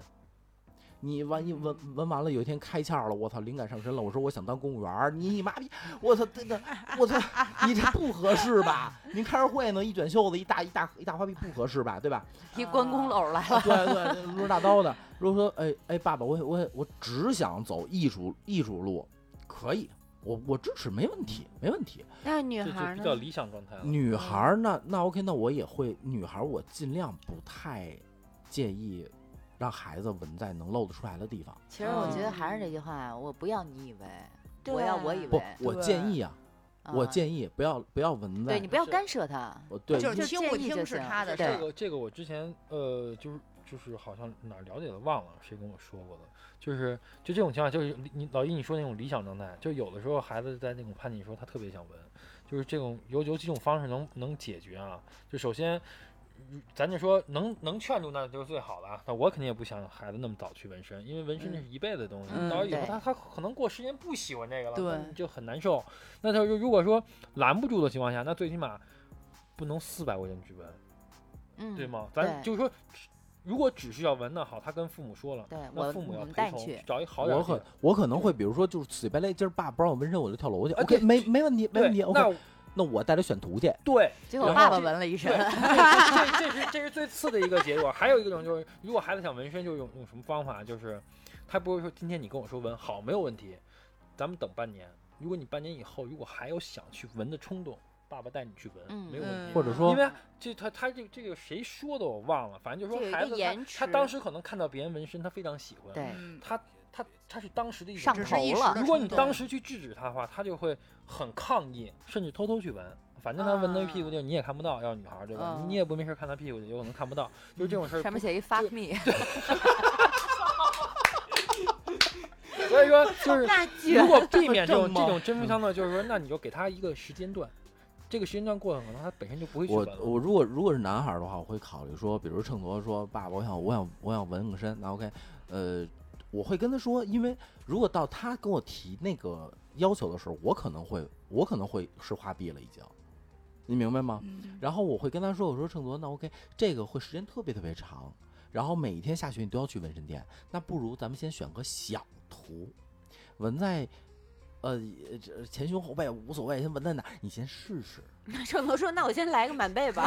B: 你万一纹纹完了，有一天开窍了，我操，灵感上身了。我说我想当公务员儿，你你妈逼，我操，真的，我操，你这不合适吧？您开着会呢，一卷袖子，一大一大一大花臂，不合适吧？对吧？
A: 提关公楼来了，
B: 对对，抡着大刀的。如果说，哎哎，爸爸，我我我只想走艺术艺术路，可以，我我支持，没问题，没问题。
C: 那女
F: 这就
C: 孩
F: 比较
C: 呢？
F: 理想状态了。
B: 女孩儿那那 OK，那我也会，女孩儿我尽量不太介意让孩子纹在能露得出来的地方。
A: 其实我觉得还是这句话，我不要你以为，
C: 对
A: 我要我以
B: 不
A: 为，，
B: 我
E: 嗯对
B: 建议啊，我
A: 议，
B: 建议不要不要纹
A: 嗯对
B: 在
A: 你，不要干涉他，
B: 我对
E: 就是
A: 就
E: 听不
A: 建议
E: 听
A: 就是行
E: 他的事
A: 对
F: 这
E: 儿。
F: 个这个我之前呃就是就是好像哪儿了解的忘了谁跟我说过的，就是就这种情况就是你你老一你说那种理想状态，就有的时候孩子在那种叛逆时候他特别想纹，就是这种有有几种方式能能解决啊，就首先。嗯咱就说能能劝住那就是最好的啊，那我肯定也不想孩子那么早去纹身，因为纹身那是一辈子的东西，
E: 嗯
F: 到时候以后
A: 对
F: 他他可能过十年不喜欢这个了，
E: 对
F: 那就很难受。那他就如果说拦不住的情况下，那最起码不能四百块钱去纹，
A: 嗯，
F: 对吗？咱
A: 对
F: 就是说，如果只是要纹呢，好，他跟父母说了，
A: 对
F: 那
A: 我
F: 父母要
A: 我们
F: 陪
A: 带
F: 同
A: 你，去，
F: 找一好点
B: 我
F: 儿的地
B: 可
F: 方。
B: 我可能会，比如说就是死白赖劲儿，爸不让我纹身，我就跳楼去。
F: 啊
B: OK，
F: 对
B: 没没问题，没问题。
F: 对
B: OK，
F: 那
B: 那我带他选图去。
F: 对
A: 结果
F: 然
A: 爸
F: 后
A: 爸
F: 这
A: 纹了一身
F: 对，，这这这是这是最次的一个结果。还有一种就是，如果孩子想纹身，就用用什么方法？就是他不是说今天你跟我说纹好没有问题，咱们等半年。如果你半年以后如果还有想去纹的冲动，爸爸带你去纹，
A: 嗯
F: 没有问
E: 嗯
F: 题。
B: 或者
F: 因
B: 说
F: 为这他他这个这个谁说的我忘了，反正就是
C: 这有
F: 说
C: 一
F: 孩
C: 个
F: 子
C: 延
F: 他他当
C: 迟
F: 时可能看到别人纹身，他非常喜欢，
A: 对，
E: 嗯，
F: 他他他是当时的一种
A: 上
E: 只
F: 冲
E: 是
A: 头
E: 一时
A: 了
E: 的
F: 如果
E: 冲
F: 你
E: 动
F: 当时去制止他的话，他就会很抗议，甚至偷偷去闻。反正他闻他屁股地儿你也看不到，要是女孩儿对吧？
E: 嗯
F: 你也不没事儿看他屁股去，有可能看不到。就是这种事儿
A: 上面写一 fuck me，
F: 不，所以说就是
C: 那
F: 如果避免这种
B: 正
F: 这
B: 吗
F: 种针锋相对，就是说，那你就给他一个时间段，这个时间段过了，可能他本身就不会去
B: 我
F: 闻了。
B: 我如果如果是男孩儿的话，我会考虑说，比如秤砣说爸，我想我想我想纹个身，那 OK，呃，我会跟他说，因为如果到他跟我提那个要求的时候，我可能会我可能会是花臂了已经，你明白吗？然后我会跟他说，我说秤砣，那 OK，这个会时间特别特别长，然后每一天下学你都要去纹身店，那不如咱们先选个小图，纹在。呃，这前胸后背无所谓，先纹在哪儿？你先试试。
C: 郑头说：“那我先来个满背吧。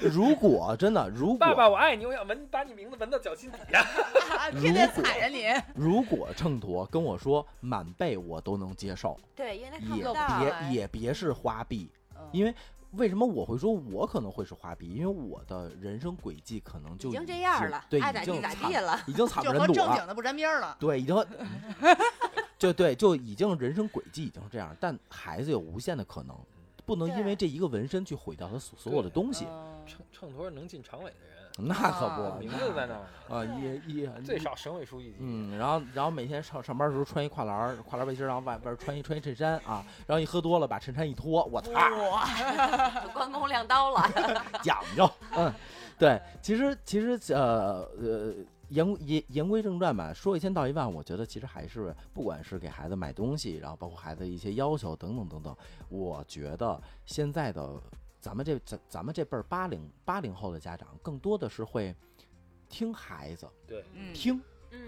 B: 如果真的，如果
F: 爸爸，我爱你，我想闻，把你名字闻到脚心底下。
E: 天天踩着你，
B: 如果秤砣跟我说满背我都能接受，”
C: 对，因
D: 哎
C: 为他看
B: 也
C: 不到。
D: 啊
B: 别也别是花臂，
E: 嗯
B: 因为为什么我会说我可能会是花臂？因为我的人生轨迹可能就
C: 已经这
B: 经
C: 样了
B: 对，
C: 爱
B: 已
C: 咋
B: 经
C: 地咋
B: 惨
C: 地了，
B: 已经惨
E: 就
B: 不
E: 和
B: 忍睹
E: 正
B: 了
E: 经，的不沾边儿了。
B: 对，已经。就对，就已经人生轨迹已经是这样，但孩子有无限的可能，不能因为这一个纹身去毁掉他所所有的东西，
E: 嗯
F: 秤秤砣是能进常委的人，
B: 那可
E: 啊
B: 不，
F: 哦名字在那儿呢，
B: 啊，也也
F: 最少省委书记级。
B: 嗯，然后然后每天上上班的时候穿一跨栏儿跨栏背心儿，然后外边儿穿一穿一衬衫啊，然后一喝多了把衬衫一脱，我操，
A: 关公亮刀 了，
B: 讲究，嗯，对，其实其实呃呃。言言言归正传吧，说一千道一万，我觉得其实还是不管是给孩子买东西，然后包括孩子的一些要求等等等等，我觉得现在的咱们这咱咱们这辈儿八零八零后的家长，更多的是会听孩子
F: 对，
E: 嗯，
B: 听，
F: 会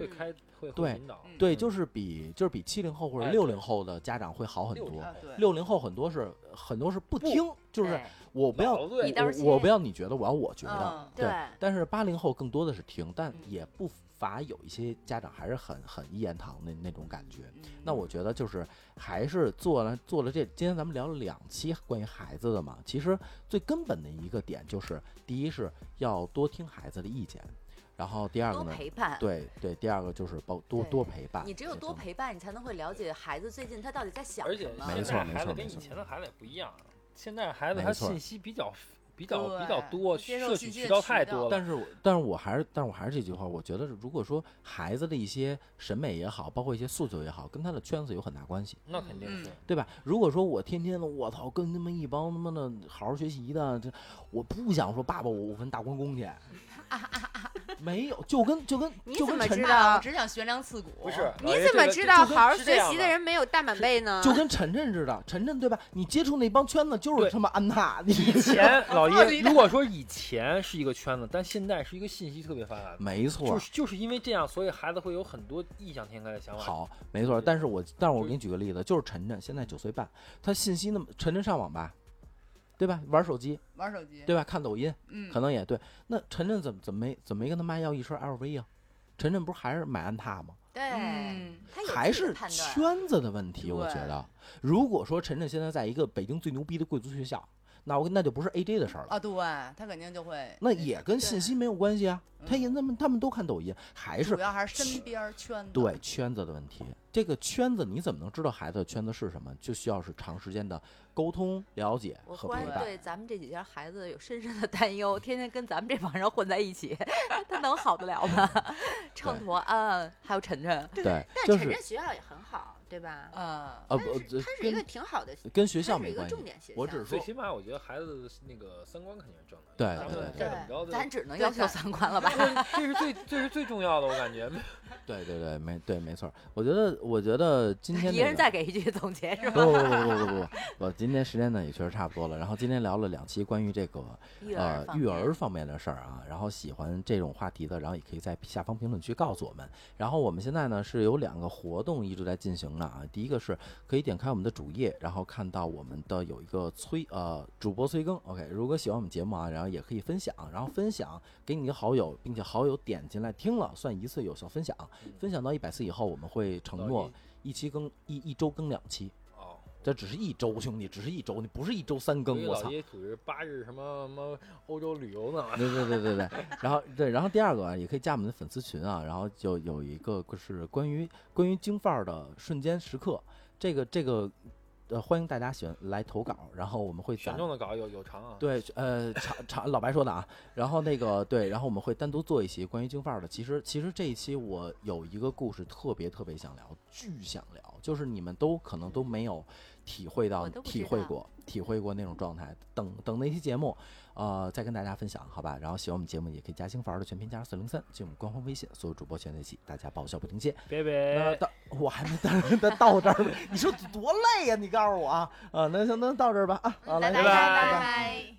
C: 嗯，
F: 开会会
B: 对
F: 引导。
B: 对，
F: 嗯
B: 就是比就是比七零后或者
F: 哎
B: 六零后的家长会好很
F: 六
B: 多
F: 零。
E: 啊对，
B: 六零后很多是很多是不听，就是
A: 对
F: 哎
B: 我不要
F: 脑
B: 我
F: 子一
A: 刀
B: 我
A: 切
B: 我不要你觉得，我要我觉得。
E: 嗯，
B: 对，但是八零后更多的是听，但也不乏有一些家长还是很很一言堂的那种感觉。那我觉得就是还是做了做了这，今天咱们聊了两期关于孩子的嘛。其实最根本的一个点就是，第一是要多听孩子的意见，然后第二个
A: 多
B: 呢，
A: 陪伴。
B: 对对，第二个就是包多
A: 对
B: 多陪伴。
A: 你只有
B: 也
A: 多
B: 真的
A: 陪伴，你才能会了解孩子最近他到底在想
F: 而
A: 什
F: 且
A: 么。
B: 没
F: 现
B: 错
F: 在
B: 没
F: 孩
B: 错
F: 子跟
B: 没
F: 以
B: 错
F: 前的孩子也不一样，现在孩子
B: 没
F: 他
B: 错
F: 信息比较比较比较
E: 对
F: 多，
E: 接受
F: 摄取
E: 信息
F: 渠
E: 的
F: 道
E: 渠
F: 太
E: 道
F: 多了。
B: 但是我，但是我还是，但是我还是这句话，我觉得如果说孩子的一些审美也好，包括一些诉求也好，跟他的圈子有很大关系，
F: 那肯定
E: 嗯
F: 是，
B: 对吧？如果说我天天的，我操，跟他们一帮他妈的好好学习的，这我不想说爸爸，我我跟打关 公去，没有，就跟就跟
C: 你怎
B: 就跟
C: 么
B: 陈
C: 知
E: 啊我
C: 道？
E: 只想悬梁刺股。
F: 不是？
C: 你
F: 老爷
C: 怎么
F: 这个
C: 知
F: 就
C: 道
F: 跟
C: 好好
F: 是这
C: 学
F: 样
C: 习的人没有大满背呢？
B: 就跟晨晨似的，晨晨对吧？你接触那帮圈子就是
F: 对
B: 他妈安踏， 你
F: 以前老
E: 操
F: 爷，
E: 你
F: 如果说以前是一个圈子，但现在是一个信息特别发达的，
B: 没错
F: 就，是就是因为这样，所以孩子会有很多异想天开的想法。
B: 好，没错。但是我，但是我给你举个例子，就是晨晨现在九岁半，他信息那么，晨晨上网吧，对吧？玩手机，
E: 玩手
C: 哎
E: 机，
B: 对吧？看抖音，
E: 嗯
B: 可，能也对。那晨晨怎么怎么没怎么没跟他妈要一身 LV 啊？晨晨不是还是买安踏吗？
C: 对，
E: 嗯，
C: 他有自己
B: 还是
C: 的判断啊
B: 圈子的问题，我觉
E: 对
B: 得。如果说晨晨现在在一个北京最牛逼的贵族学校，那我那就不是 AJ 的事儿
C: 哦
B: 了。
E: 啊，对他肯定就会，
B: 那也跟信息没有关系啊，他
E: 嗯
B: 也那么他们都看抖音，还是
E: 主要还是身边儿圈子。
B: 对圈子的问题，这个圈子你怎么能知道孩子的圈子是什么？就需要是长时间的沟通、了解
A: 我
B: 和
A: 忽
B: 陪
A: 然
B: 伴。
A: 对咱们这几家孩子有深深的担忧，天天跟咱们这帮人混在一起， 他能好得了吗？ 秤砣，嗯，还有晨晨，
B: 对，就
D: 但晨
B: 是
D: 晨学校也很好，对吧？
E: 啊，
B: 呃
D: 他
B: 不，
D: 是
B: 这
D: 他是一个
B: 跟
D: 挺好的，
B: 跟学校
D: 他是
B: 没
D: 一个
B: 关系
D: 重，点学校。
B: 我只是
F: 最
B: 说
F: 起码我觉得孩子的那个三观肯定是正的。
B: 对
F: 咱们
B: 对对
F: 再怎么着的，
A: 咱只能要求三观了吧？
F: 这是最这是最重要的，我感觉。
B: 对对对，没对没错儿。我觉得我觉得今
D: 哎
B: 天
A: 一
B: 那
A: 人
B: 个
A: 再给一句总结 是
B: 不
A: 吧？
B: 不不不不不，我今天时间呢也确实差不多了。然后今天聊了两期关于这个
A: 育儿
B: 呃
A: 方
B: 育
A: 面
B: 儿方面的事儿啊，然后喜欢这种话题的，然后也可以在下方评论区告诉我们。然后我们现在呢是有两个活动一直在进行的啊，第一个是可以点开我们的主页，然后看到我们的有一个催呃主播催更，OK，如果喜欢我们节目啊，然后也可以分享，然后分享给你的好友，并且好友点进来听了算一次有效分享，分享到一百次以后，我们会承诺一期更一一周更两期。
F: 哦，
B: 这只是一周，兄弟，只是一周，你不是一周三更，我
F: 老
B: 操！
F: 爷组织八日什么什么欧洲旅游呢？
B: 对对对对对，然后对，然后第二个啊，也可以加我们的粉丝群啊，然后就有一个是关于关于京范儿的瞬间时刻，这个这个呃，欢迎大家选来投稿，然后我们会攒
F: 选中的稿有有偿啊。
B: 对，呃，长长老白说的啊，然后那个对，然后我们会单独做一期关于京范儿的。其实其实这一期我有一个故事特别特别想聊，巨想聊，就是你们都可能都没有体会到
A: 我都不
B: 体
A: 知
B: 会
A: 道
B: 过体会过那种状态。等等那期节目，呃，再跟大家分享，好吧？然后喜欢我们节目也可以加京范儿的全拼加四零三，进我们官方微信，所有主播全在一起，大家爆笑不停歇。
F: 拜
B: 那
F: 拜。
B: 到我还没到到这儿呃
A: 嗯
B: 呢，你说多累呀、你告诉我啊，啊，那行，那到这儿吧啊，啊，来
F: 拜
B: 拜
F: 拜
E: 拜。